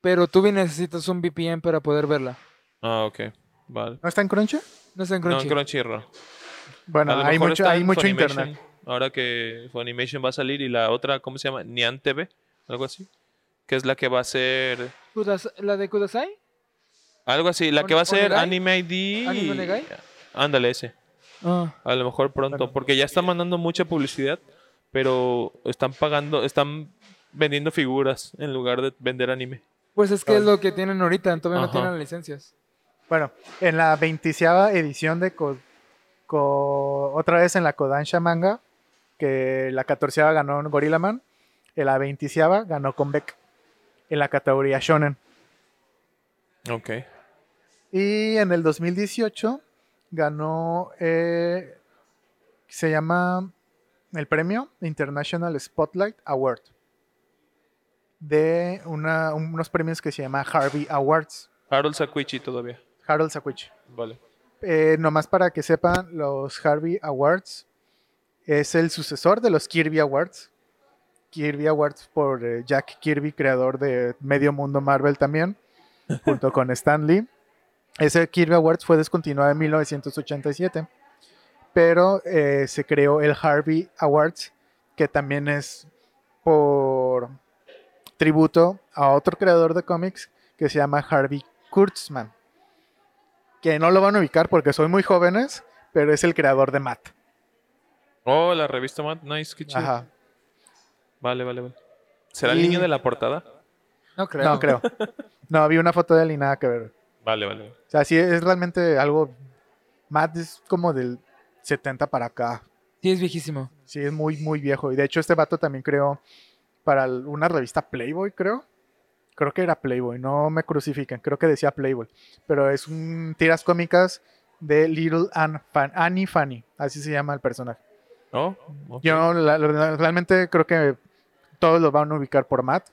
pero Tubi necesitas un VPN para poder verla. Ah, ok. Vale. ¿No está en Crunchy? No está en No, Crunchy. en Crunchyroll. Bueno, A lo hay mejor mucho, está hay en mucho Funimation, internet. Ahora que Funimation va a salir y la otra, ¿cómo se llama? Nian TV, algo así. Que es la que va a ser. Kudas- ¿La de Kudasai? Algo así, la que va a ser Onegai? Anime ID. ¿Anime Onegai? Ándale, ese. Ah. A lo mejor pronto, Bueno. porque ya están mandando mucha publicidad, pero están pagando, están vendiendo figuras en lugar de vender anime. Pues es Ah. que es lo que tienen ahorita, todavía no Ajá. tienen licencias. Bueno, en la 20 edición de Ko- Ko- otra vez en la Kodansha Manga, que la 14 ganó Gorilla Man, En la 20 ganó con Beck en la categoría Shonen. Ok. Y en el 2018 ganó, eh, se llama el premio International Spotlight Award de una- unos premios que se llama Harvey Awards, Harold Sakuichi todavía. Harold Sakuichi. Vale. Eh, nomás para que sepan, los Harvey Awards es el sucesor de los Kirby Awards. Kirby Awards por eh, Jack Kirby, creador de Medio Mundo Marvel también, junto con Stan Lee. Ese Kirby Awards fue descontinuado en 1987, pero eh, se creó el Harvey Awards, que también es por tributo a otro creador de cómics que se llama Harvey Kurtzman que no lo van a ubicar porque soy muy jóvenes, pero es el creador de Matt. Oh, la revista Mad Nice, qué chido. Ajá. Vale, vale, vale. ¿Será Y- el niño de la portada? No creo. No creo. No, vi una foto de él y nada que ver. Vale, vale. O sea, sí es realmente algo. Matt es como del 70 para acá. Sí, es viejísimo. Sí, es muy, muy viejo. Y de hecho, este vato también creó para el- una revista Playboy, creo. Creo que era Playboy, no me crucifiquen, creo que decía Playboy. Pero es un tiras cómicas de Little Ann Fan- Annie Fanny, así se llama el personaje. Oh, ok. Yo la- la- realmente creo que todos lo van a ubicar por Matt.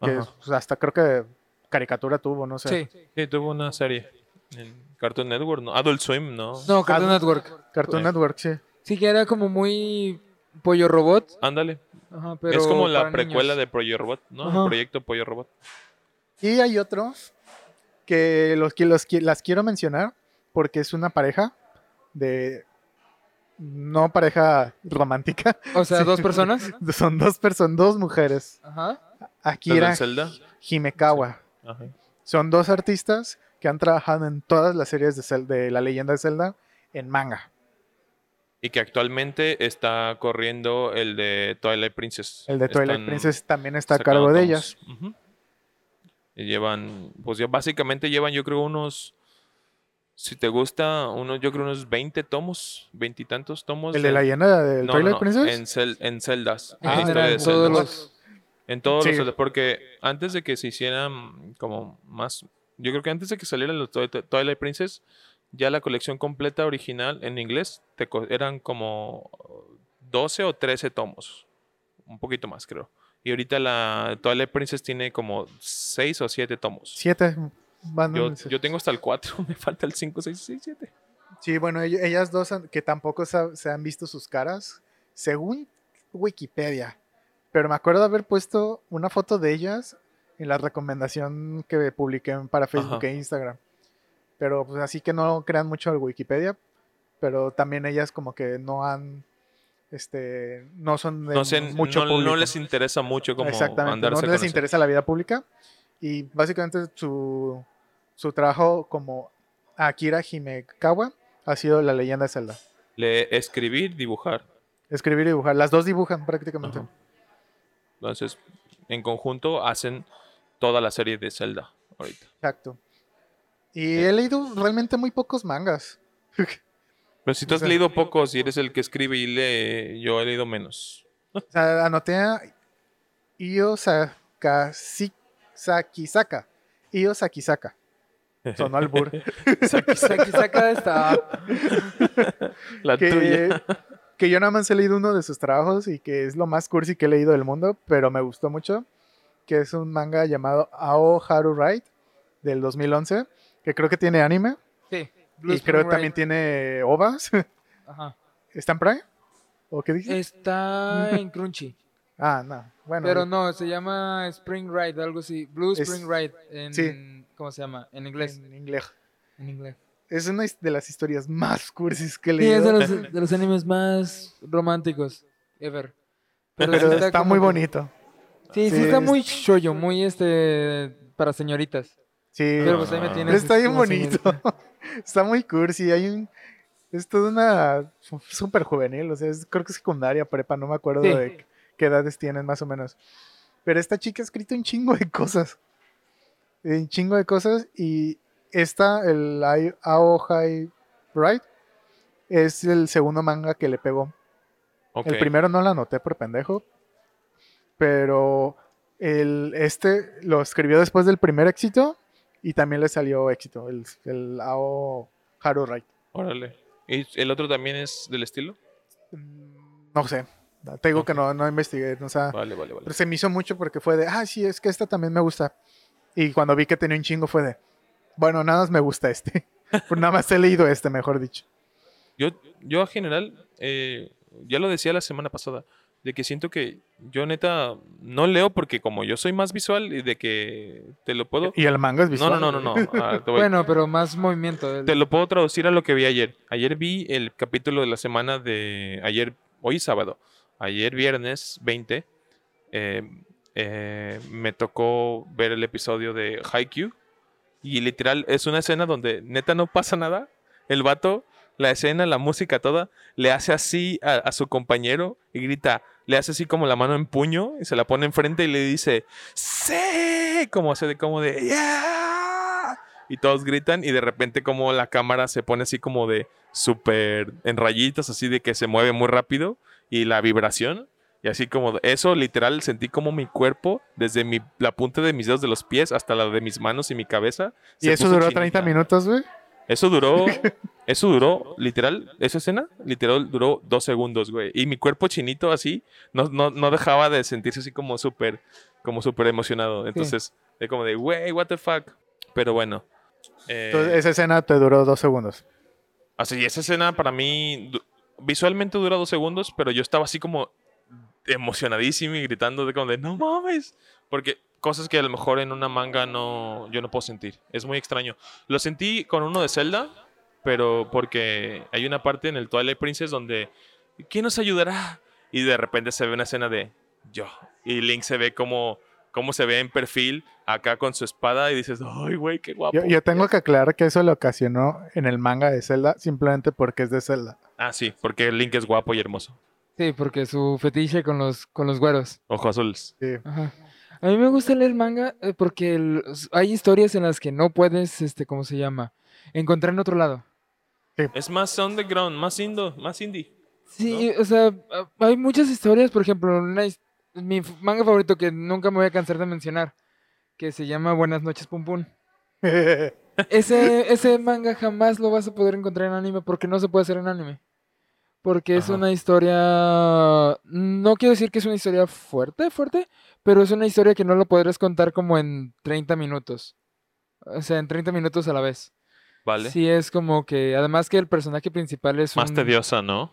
que Ajá. es- hasta creo que caricatura tuvo, no sé. Sí. Sí, tuvo una serie en Cartoon Network, ¿no? Adult Swim, ¿no? No, Cartoon Ah, Network. Cartoon Sí. Network, sí. Sí, que era como muy pollo robot. Ándale. Ajá, pero es como la para precuela niños. de Pollo Robot, ¿no? Ajá. Proyecto Pollo Robot. Y hay otros que los que los qui- las quiero mencionar porque es una pareja de no pareja romántica, O sea, Sí. dos personas. son dos personas, dos mujeres, Ajá. ¿Las Akira del Zelda? Himekawa. Ajá. Son dos artistas que han trabajado en todas las series de, Zel- de la leyenda de Zelda en manga, Y que actualmente está corriendo el de Twilight Princess. el de Twilight Están Princess también está a sacando cargo de ellas. tomos. Ujú. Y llevan, pues ya básicamente llevan, yo creo, unos. Si te gusta, unos, yo creo unos 20 tomos, veintitantos tomos. ¿El de la leyenda del No, no, Twilight no, Princess? En, cel- en celdas. En Ah, en la historia general, de todos celdas. todos los. En todos Sí. los celdas, porque antes de que se hicieran como más, yo creo que antes de que salieran los Twi- Twi- Twilight Princess, ya la colección completa original en inglés te co- eran como 12 o 13 tomos, un poquito más creo. Y ahorita la Twilight Princess tiene como 6 o 7 tomos. Siete. van- Yo, yo tengo hasta el 4, me falta el 5, 6, 6, 7. Sí, bueno, ell- ellas dos han- que tampoco sa- se han visto sus caras, según Wikipedia. Pero me acuerdo de haber puesto una foto de ellas en la recomendación que publiqué para Facebook Ajá. e Instagram. Pero pues así que no crean mucho el Wikipedia, pero también ellas como que no han, este, no son de No, sé, no, mucho no público. les interesa mucho como Exactamente, no andarse les con eso. interesa la vida pública. Y básicamente su, su trabajo como Akira Himekawa ha sido la leyenda de Zelda. Le escribir, dibujar. Escribir y dibujar. Las dos dibujan prácticamente. Ajá. Entonces, en conjunto hacen toda la serie de Zelda ahorita. Exacto. Y he leído realmente muy pocos mangas. Pero si tú O has sea- leído pocos y eres el que escribe y lee, yo he leído menos. O sea, anoté a Io Saka- Si- Sakisaka. Io Sakisaka. Sonó albur. Saki Saka está. La tuya. que, que yo nada más he leído uno de sus trabajos y que es lo más cursi que he leído del mundo, pero me gustó mucho, que es un manga llamado Ao Haru Ride del 2011, que creo que tiene anime Sí. y creo que también tiene ovas. Ajá. ¿Está en Prime? ¿O qué dice? Está en Crunchy. Ah, no. Bueno, Eh, Pero no, se llama Spring Ride, algo así. Blue Es- Spring Ride. En, sí. ¿Cómo se llama? En inglés. en inglés. En inglés. Es una his- de las historias más cursis que he Sí, es de leído, los, de los animes más románticos ever. sí pero está como muy que- bonito. Sí, sí, Sí, está es- muy shoyo, muy este para señoritas. Sí. Pero pues ahí me tienes. Pero está bien como bonito. señorita. está muy cursi. Hay un. Es toda una. Súper juvenil. O sea, es- creo que secundaria, prepa. No me acuerdo Sí. de qué edades tienen, más o menos. Pero esta chica ha escrito un chingo de cosas. Un chingo de cosas. Y esta, el Ai- Ao High Right, es el segundo manga que le pegó. Ok. El primero no la anoté por pendejo. Pero el, este lo escribió después del primer éxito y también le salió éxito, el, el Ao Haru Right. Órale. ¿Y el otro también es del estilo? No sé, te digo que no, no investigué, o sea, Vale, vale, vale. Ah. pero se me hizo mucho porque fue de, ah, sí, es que esta también me gusta. Y cuando vi que tenía un chingo fue de, bueno, nada más me gusta este. Pues nada más he leído este, mejor dicho. Yo, yo en general, eh, ya lo decía la semana pasada, de que siento que yo neta no leo porque como yo soy más visual y de que te lo puedo... Y el manga es No, visual. no, no, no, no. ah, te voy- Bueno, pero más movimiento. del- Te lo puedo traducir a lo que vi ayer. Ayer vi el capítulo de la semana de ayer, hoy es sábado, ayer viernes 20, eh, eh, me tocó ver el episodio de Haikyuu y literal es una escena donde neta no pasa nada. El vato, la escena, la música, toda, le hace así a, a su compañero y grita, le hace así como la mano en puño y se la pone enfrente y le dice, ¡Sí! Como hace de como de, "Yeah", Y todos gritan y de repente como la cámara se pone así como de súper en rayitas, así de que se mueve muy rápido y la vibración. Y así como de- eso, literal, sentí como mi cuerpo, desde mi, la punta de mis dedos de los pies hasta la de mis manos y mi cabeza. Y se eso puso duró chinita. 30 minutos, güey. Eso duró. Eso duró, literal, esa escena, literal, duró dos segundos, güey. Y mi cuerpo chinito así, no, no, no dejaba de sentirse así como súper, como súper emocionado. Entonces, de como de, güey, what the fuck. Pero bueno. eh, Entonces, esa escena te duró dos segundos. Así, esa escena para mí du- visualmente dura dos segundos, pero yo estaba así como emocionadísimo y gritando de como de no mames, porque cosas que a lo mejor en una manga no yo no puedo sentir. Es muy extraño. Lo sentí con uno de Zelda, pero porque hay una parte en el Twilight Princess donde ¿quién nos ayudará? Y de repente se ve una escena de yo y Link se ve como como se ve en perfil acá con su espada y dices, "Ay, güey, qué guapo." Yo, yo tengo que aclarar que eso lo ocasionó en el manga de Zelda simplemente porque es de Zelda. Ah, sí, porque Link es guapo y hermoso. Sí, porque su fetiche con los, con los güeros. Ojos azules. Sí. Ajá. A mí me gusta leer manga eh, porque el- hay historias en las que no puedes, este, ¿cómo se llama? Encontrar en otro lado. Es más underground, más indo, más indie. Sí, o sea, a- hay muchas historias, por ejemplo, una his- mi f- manga favorito que nunca me voy a cansar de mencionar, que se llama Buenas noches Pum Pum. Ese, ese manga jamás lo vas a poder encontrar en anime porque no se puede hacer en anime. Porque es Ajá. una historia... No quiero decir que es una historia fuerte, fuerte, pero es una historia que no lo podrás contar como en 30 minutos. O sea, en 30 minutos a la vez. Vale. Sí, es como que... Además que el personaje principal es Más un... tediosa, ¿no?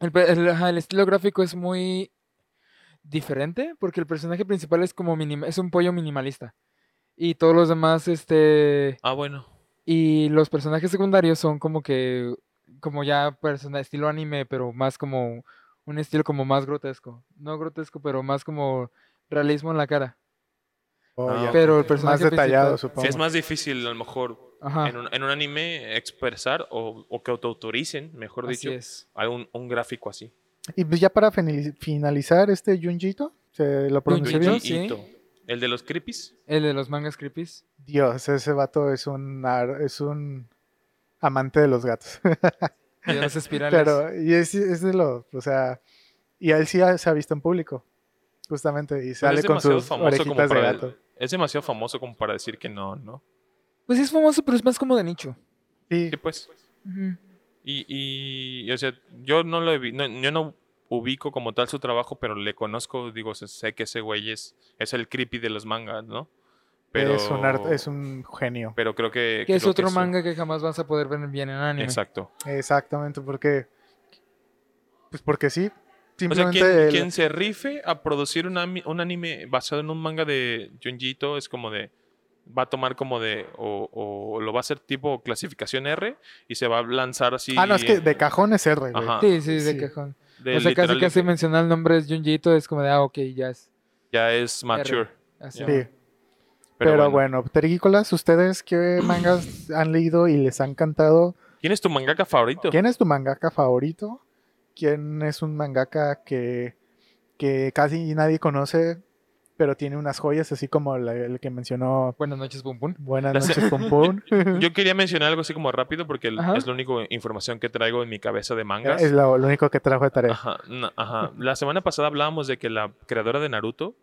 El, pe- el- ajá, el estilo gráfico es muy diferente porque el personaje principal es como minim- es un pollo minimalista y todos los demás este Ah, bueno. y los personajes secundarios son como que como ya persona estilo anime pero más como un estilo como más grotesco no grotesco pero más como realismo en la cara Oh, Ah, ya. ok. pero el Más Más personaje detallado, principal- supongo. Sí, es más difícil a lo mejor ajá en un, en un anime expresar o, o que autoautoricen, mejor así dicho, es algún un gráfico así. Y pues ya para finali- finalizar este Junjito, se lo pronuncié Junji bien. Sí. Ito. El de los creepies. el de los mangas creepies Dios, ese vato es un ar- es un amante de los gatos. y de los espirales Pero eh. y es, es de los, o sea, y él sí ha- se ha visto en público. Justamente y Pero sale es con demasiado sus famoso como orejitas de para- gato. Es demasiado famoso como para decir que no, ¿no? pues es famoso pero es más como de nicho Sí, Sí, pues. Ujú. Y, y, y, o sea, yo no lo he vi- no- yo no ubico como tal su trabajo, pero le conozco, digo, sé- sé que ese güey es, es el creepy de los mangas, ¿no? Pero, es un art- es un genio. pero creo que... que es creo otro su- manga que jamás vas a poder ver bien en anime Exacto. Exactamente, porque pues porque sí, O sea, simplemente quien, el- quien se rife a producir un, ami- un anime basado en un manga de Junjito es como de. Va a tomar como de. O, o lo va a hacer tipo clasificación R y se va a lanzar así. Ah, no, es que eh, de cajón es R, güey. Ajá. Sí, sí, de Sí. cajón. Ah, de o sea, literal casi de casi que mencionar el nombre es Junjito, es como de, ah, ok, ya es. Ya es mature. así Sí. va. Pero, bueno, terrícolas, ustedes qué mangas han leído y les han cantado? ¿Quién es tu mangaka favorito? ¿Quién es tu mangaka favorito? ¿Quién es un mangaka que, que casi nadie conoce pero tiene unas joyas así como la- el que mencionó Buenas noches, Pum Pum. Buenas La se- noches Pum Pum. Yo quería mencionar algo así como rápido porque el- Ajá. es la única información que traigo en mi cabeza de mangas. es lo, lo único que trajo de Este. tarea. Ajá, na- ajá. La semana pasada hablábamos de que la creadora de Naruto,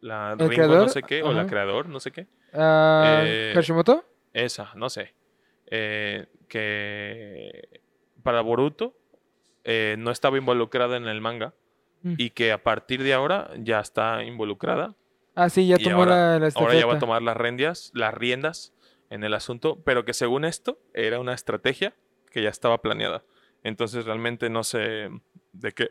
la Ringo creador? no sé qué, o la Ajá. creador no sé qué, Ah, Eh, ¿Hashimoto? esa, no sé, eh, que para Boruto eh, no estaba involucrada en el manga Mm. y que a partir de ahora ya está involucrada. Ah, sí, ya y tomó la, la Ahora ya va a estafeta. tomar las rendias, las riendas en el asunto, pero que según esto era una estrategia que ya estaba planeada. Entonces realmente no sé de qué,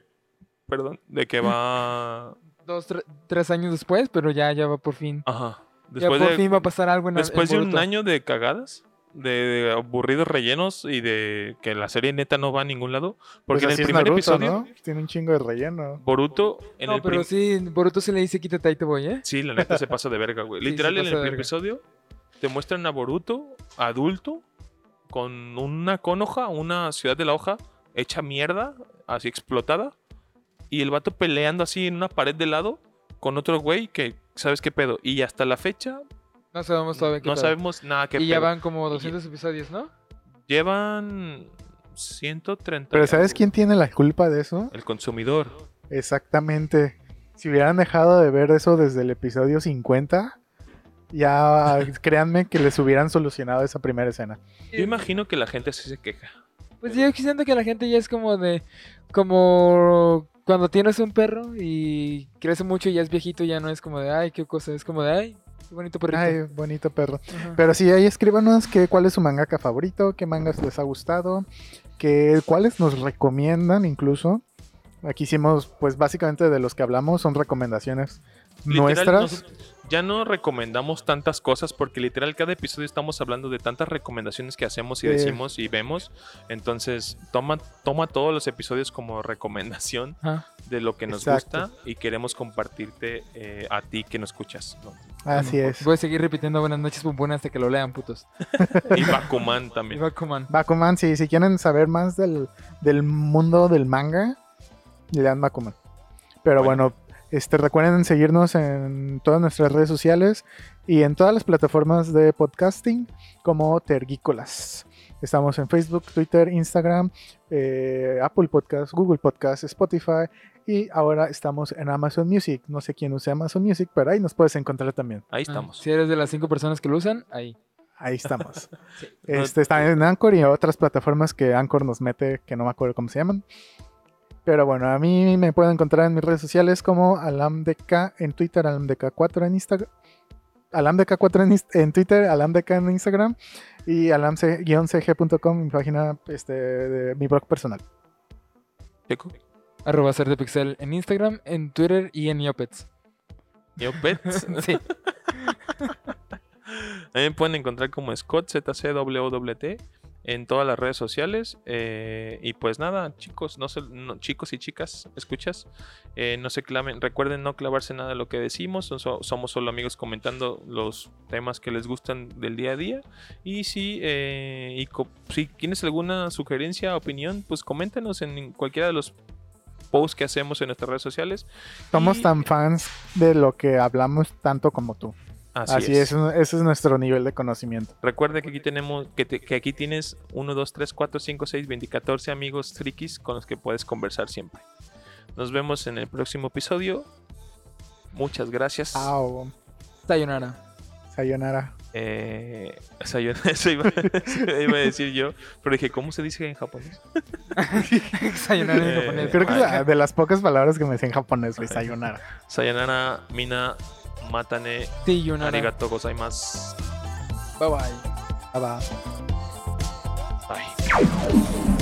perdón, de qué va Dos, tre- tres años después, pero ya, ya va por fin. Ajá. Ah, Después, ya por de, fin va a pasar algo en en después de un Boruto. año de cagadas, de, de aburridos rellenos y de que la serie neta no va a ningún lado. Pues Porque en así el es primer Naruto, episodio, ¿no? Tiene un chingo de relleno. Boruto, en No, el pero prim- sí, Boruto se le dice quítate ahí te voy, ¿eh? Sí, la neta se pasa de verga, güey. Sí, se Literal, en pasa de el verga. episodio te muestran a Boruto adulto con una conoja, una ciudad de la hoja hecha mierda, así explotada, y el vato peleando así en una pared de lado con otro güey que sabes qué pedo. Y hasta la fecha No sabemos todavía qué no pedo. sabemos nada que Y ya van como 200 episodios, ¿no? Llevan 130. Pero y ¿sabes algo. quién tiene la culpa de eso? El consumidor. Exactamente. Si hubieran dejado de ver eso desde el episodio 50, ya créanme que les hubieran solucionado esa primera escena. Yo imagino que la gente sí se queja. Pues yo siento que la gente ya es como de. Como cuando tienes un perro y crece mucho y ya es viejito, ya no es como de ay, qué cosa. Es como de ay, qué bonito perrito. Ay, bonito perro. Ajá. Pero sí, ahí escríbanos que, cuál es su mangaka favorito, qué mangas les ha gustado, que, cuáles nos recomiendan incluso. Aquí hicimos, pues básicamente de los que hablamos son recomendaciones Literal, nuestras. nosotros ya no recomendamos tantas cosas porque literal cada episodio estamos hablando de tantas recomendaciones que hacemos y Sí. decimos y vemos. Entonces toma, toma todos los episodios como recomendación Ajá. de lo que nos Exacto. gusta y queremos compartirte eh, a ti que nos escuchas. ¿no? Así Bueno, es. Voy a seguir repitiendo buenas noches, buenas hasta que lo lean, putos. Y Bakuman Y también. Bakuman. Bakuman, sí, si quieren saber más del, del mundo del manga, lean Bakuman. Pero bueno, este, recuerden seguirnos en todas nuestras redes sociales y en todas las plataformas de podcasting como Tergícolas. Estamos en Facebook, Twitter, Instagram, eh, Apple Podcast, Google Podcast, Spotify y ahora estamos en Amazon Music. No sé quién usa Amazon Music, pero ahí nos puedes encontrar también. Ahí Ah, estamos. Si eres de las cinco personas que lo usan, ahí. Ahí estamos. Sí. Este, está en Anchor y otras plataformas que Anchor nos mete, que no me acuerdo cómo se llaman. Pero bueno, a mí me pueden encontrar en mis redes sociales como AlamDK en Twitter, AlamDK4 en Instagram. AlamDK4 en, Inst- en Twitter, AlamDK en Instagram y alamc-cg.com, mi página, este, de mi blog personal. Checo. Arroba ser de pixel en Instagram, en Twitter y en Neopets. Yo, Pets. Sí. A mí me pueden encontrar como Scott ZCWWT en todas las redes sociales. eh, y pues nada, chicos, no se- no- chicos y chicas, escuchas, eh, no se clamen, recuerden no clavarse nada de lo que decimos. son- so- somos solo amigos comentando los temas que les gustan del día a día. Y si, eh, y co- si tienes alguna sugerencia, opinión, pues coméntanos en cualquiera de los posts que hacemos en nuestras redes sociales. Somos Y- tan fans de lo que hablamos tanto como tú. Así, Así, es. es. ese es nuestro nivel de conocimiento. Recuerda que aquí tenemos que, te- que aquí tienes 1, 2, 3, 4, 5, 6, 20, 14 amigos frikis con los que puedes conversar siempre. Nos vemos en el próximo episodio. Muchas gracias. Au, Sayonara. sayonara. Eh, eso, yo- eso iba, eso iba a decir yo, pero dije, ¿cómo se dice en japonés? Sayonara en Eh, japonés. Creo que es Ay. la- de las pocas palabras que me sé en japonés, güey, sayonara. Sayonara, mina, matane, Sí, Yunara. arigato gozaimasu. Bye bye. Bye, bye. Bye.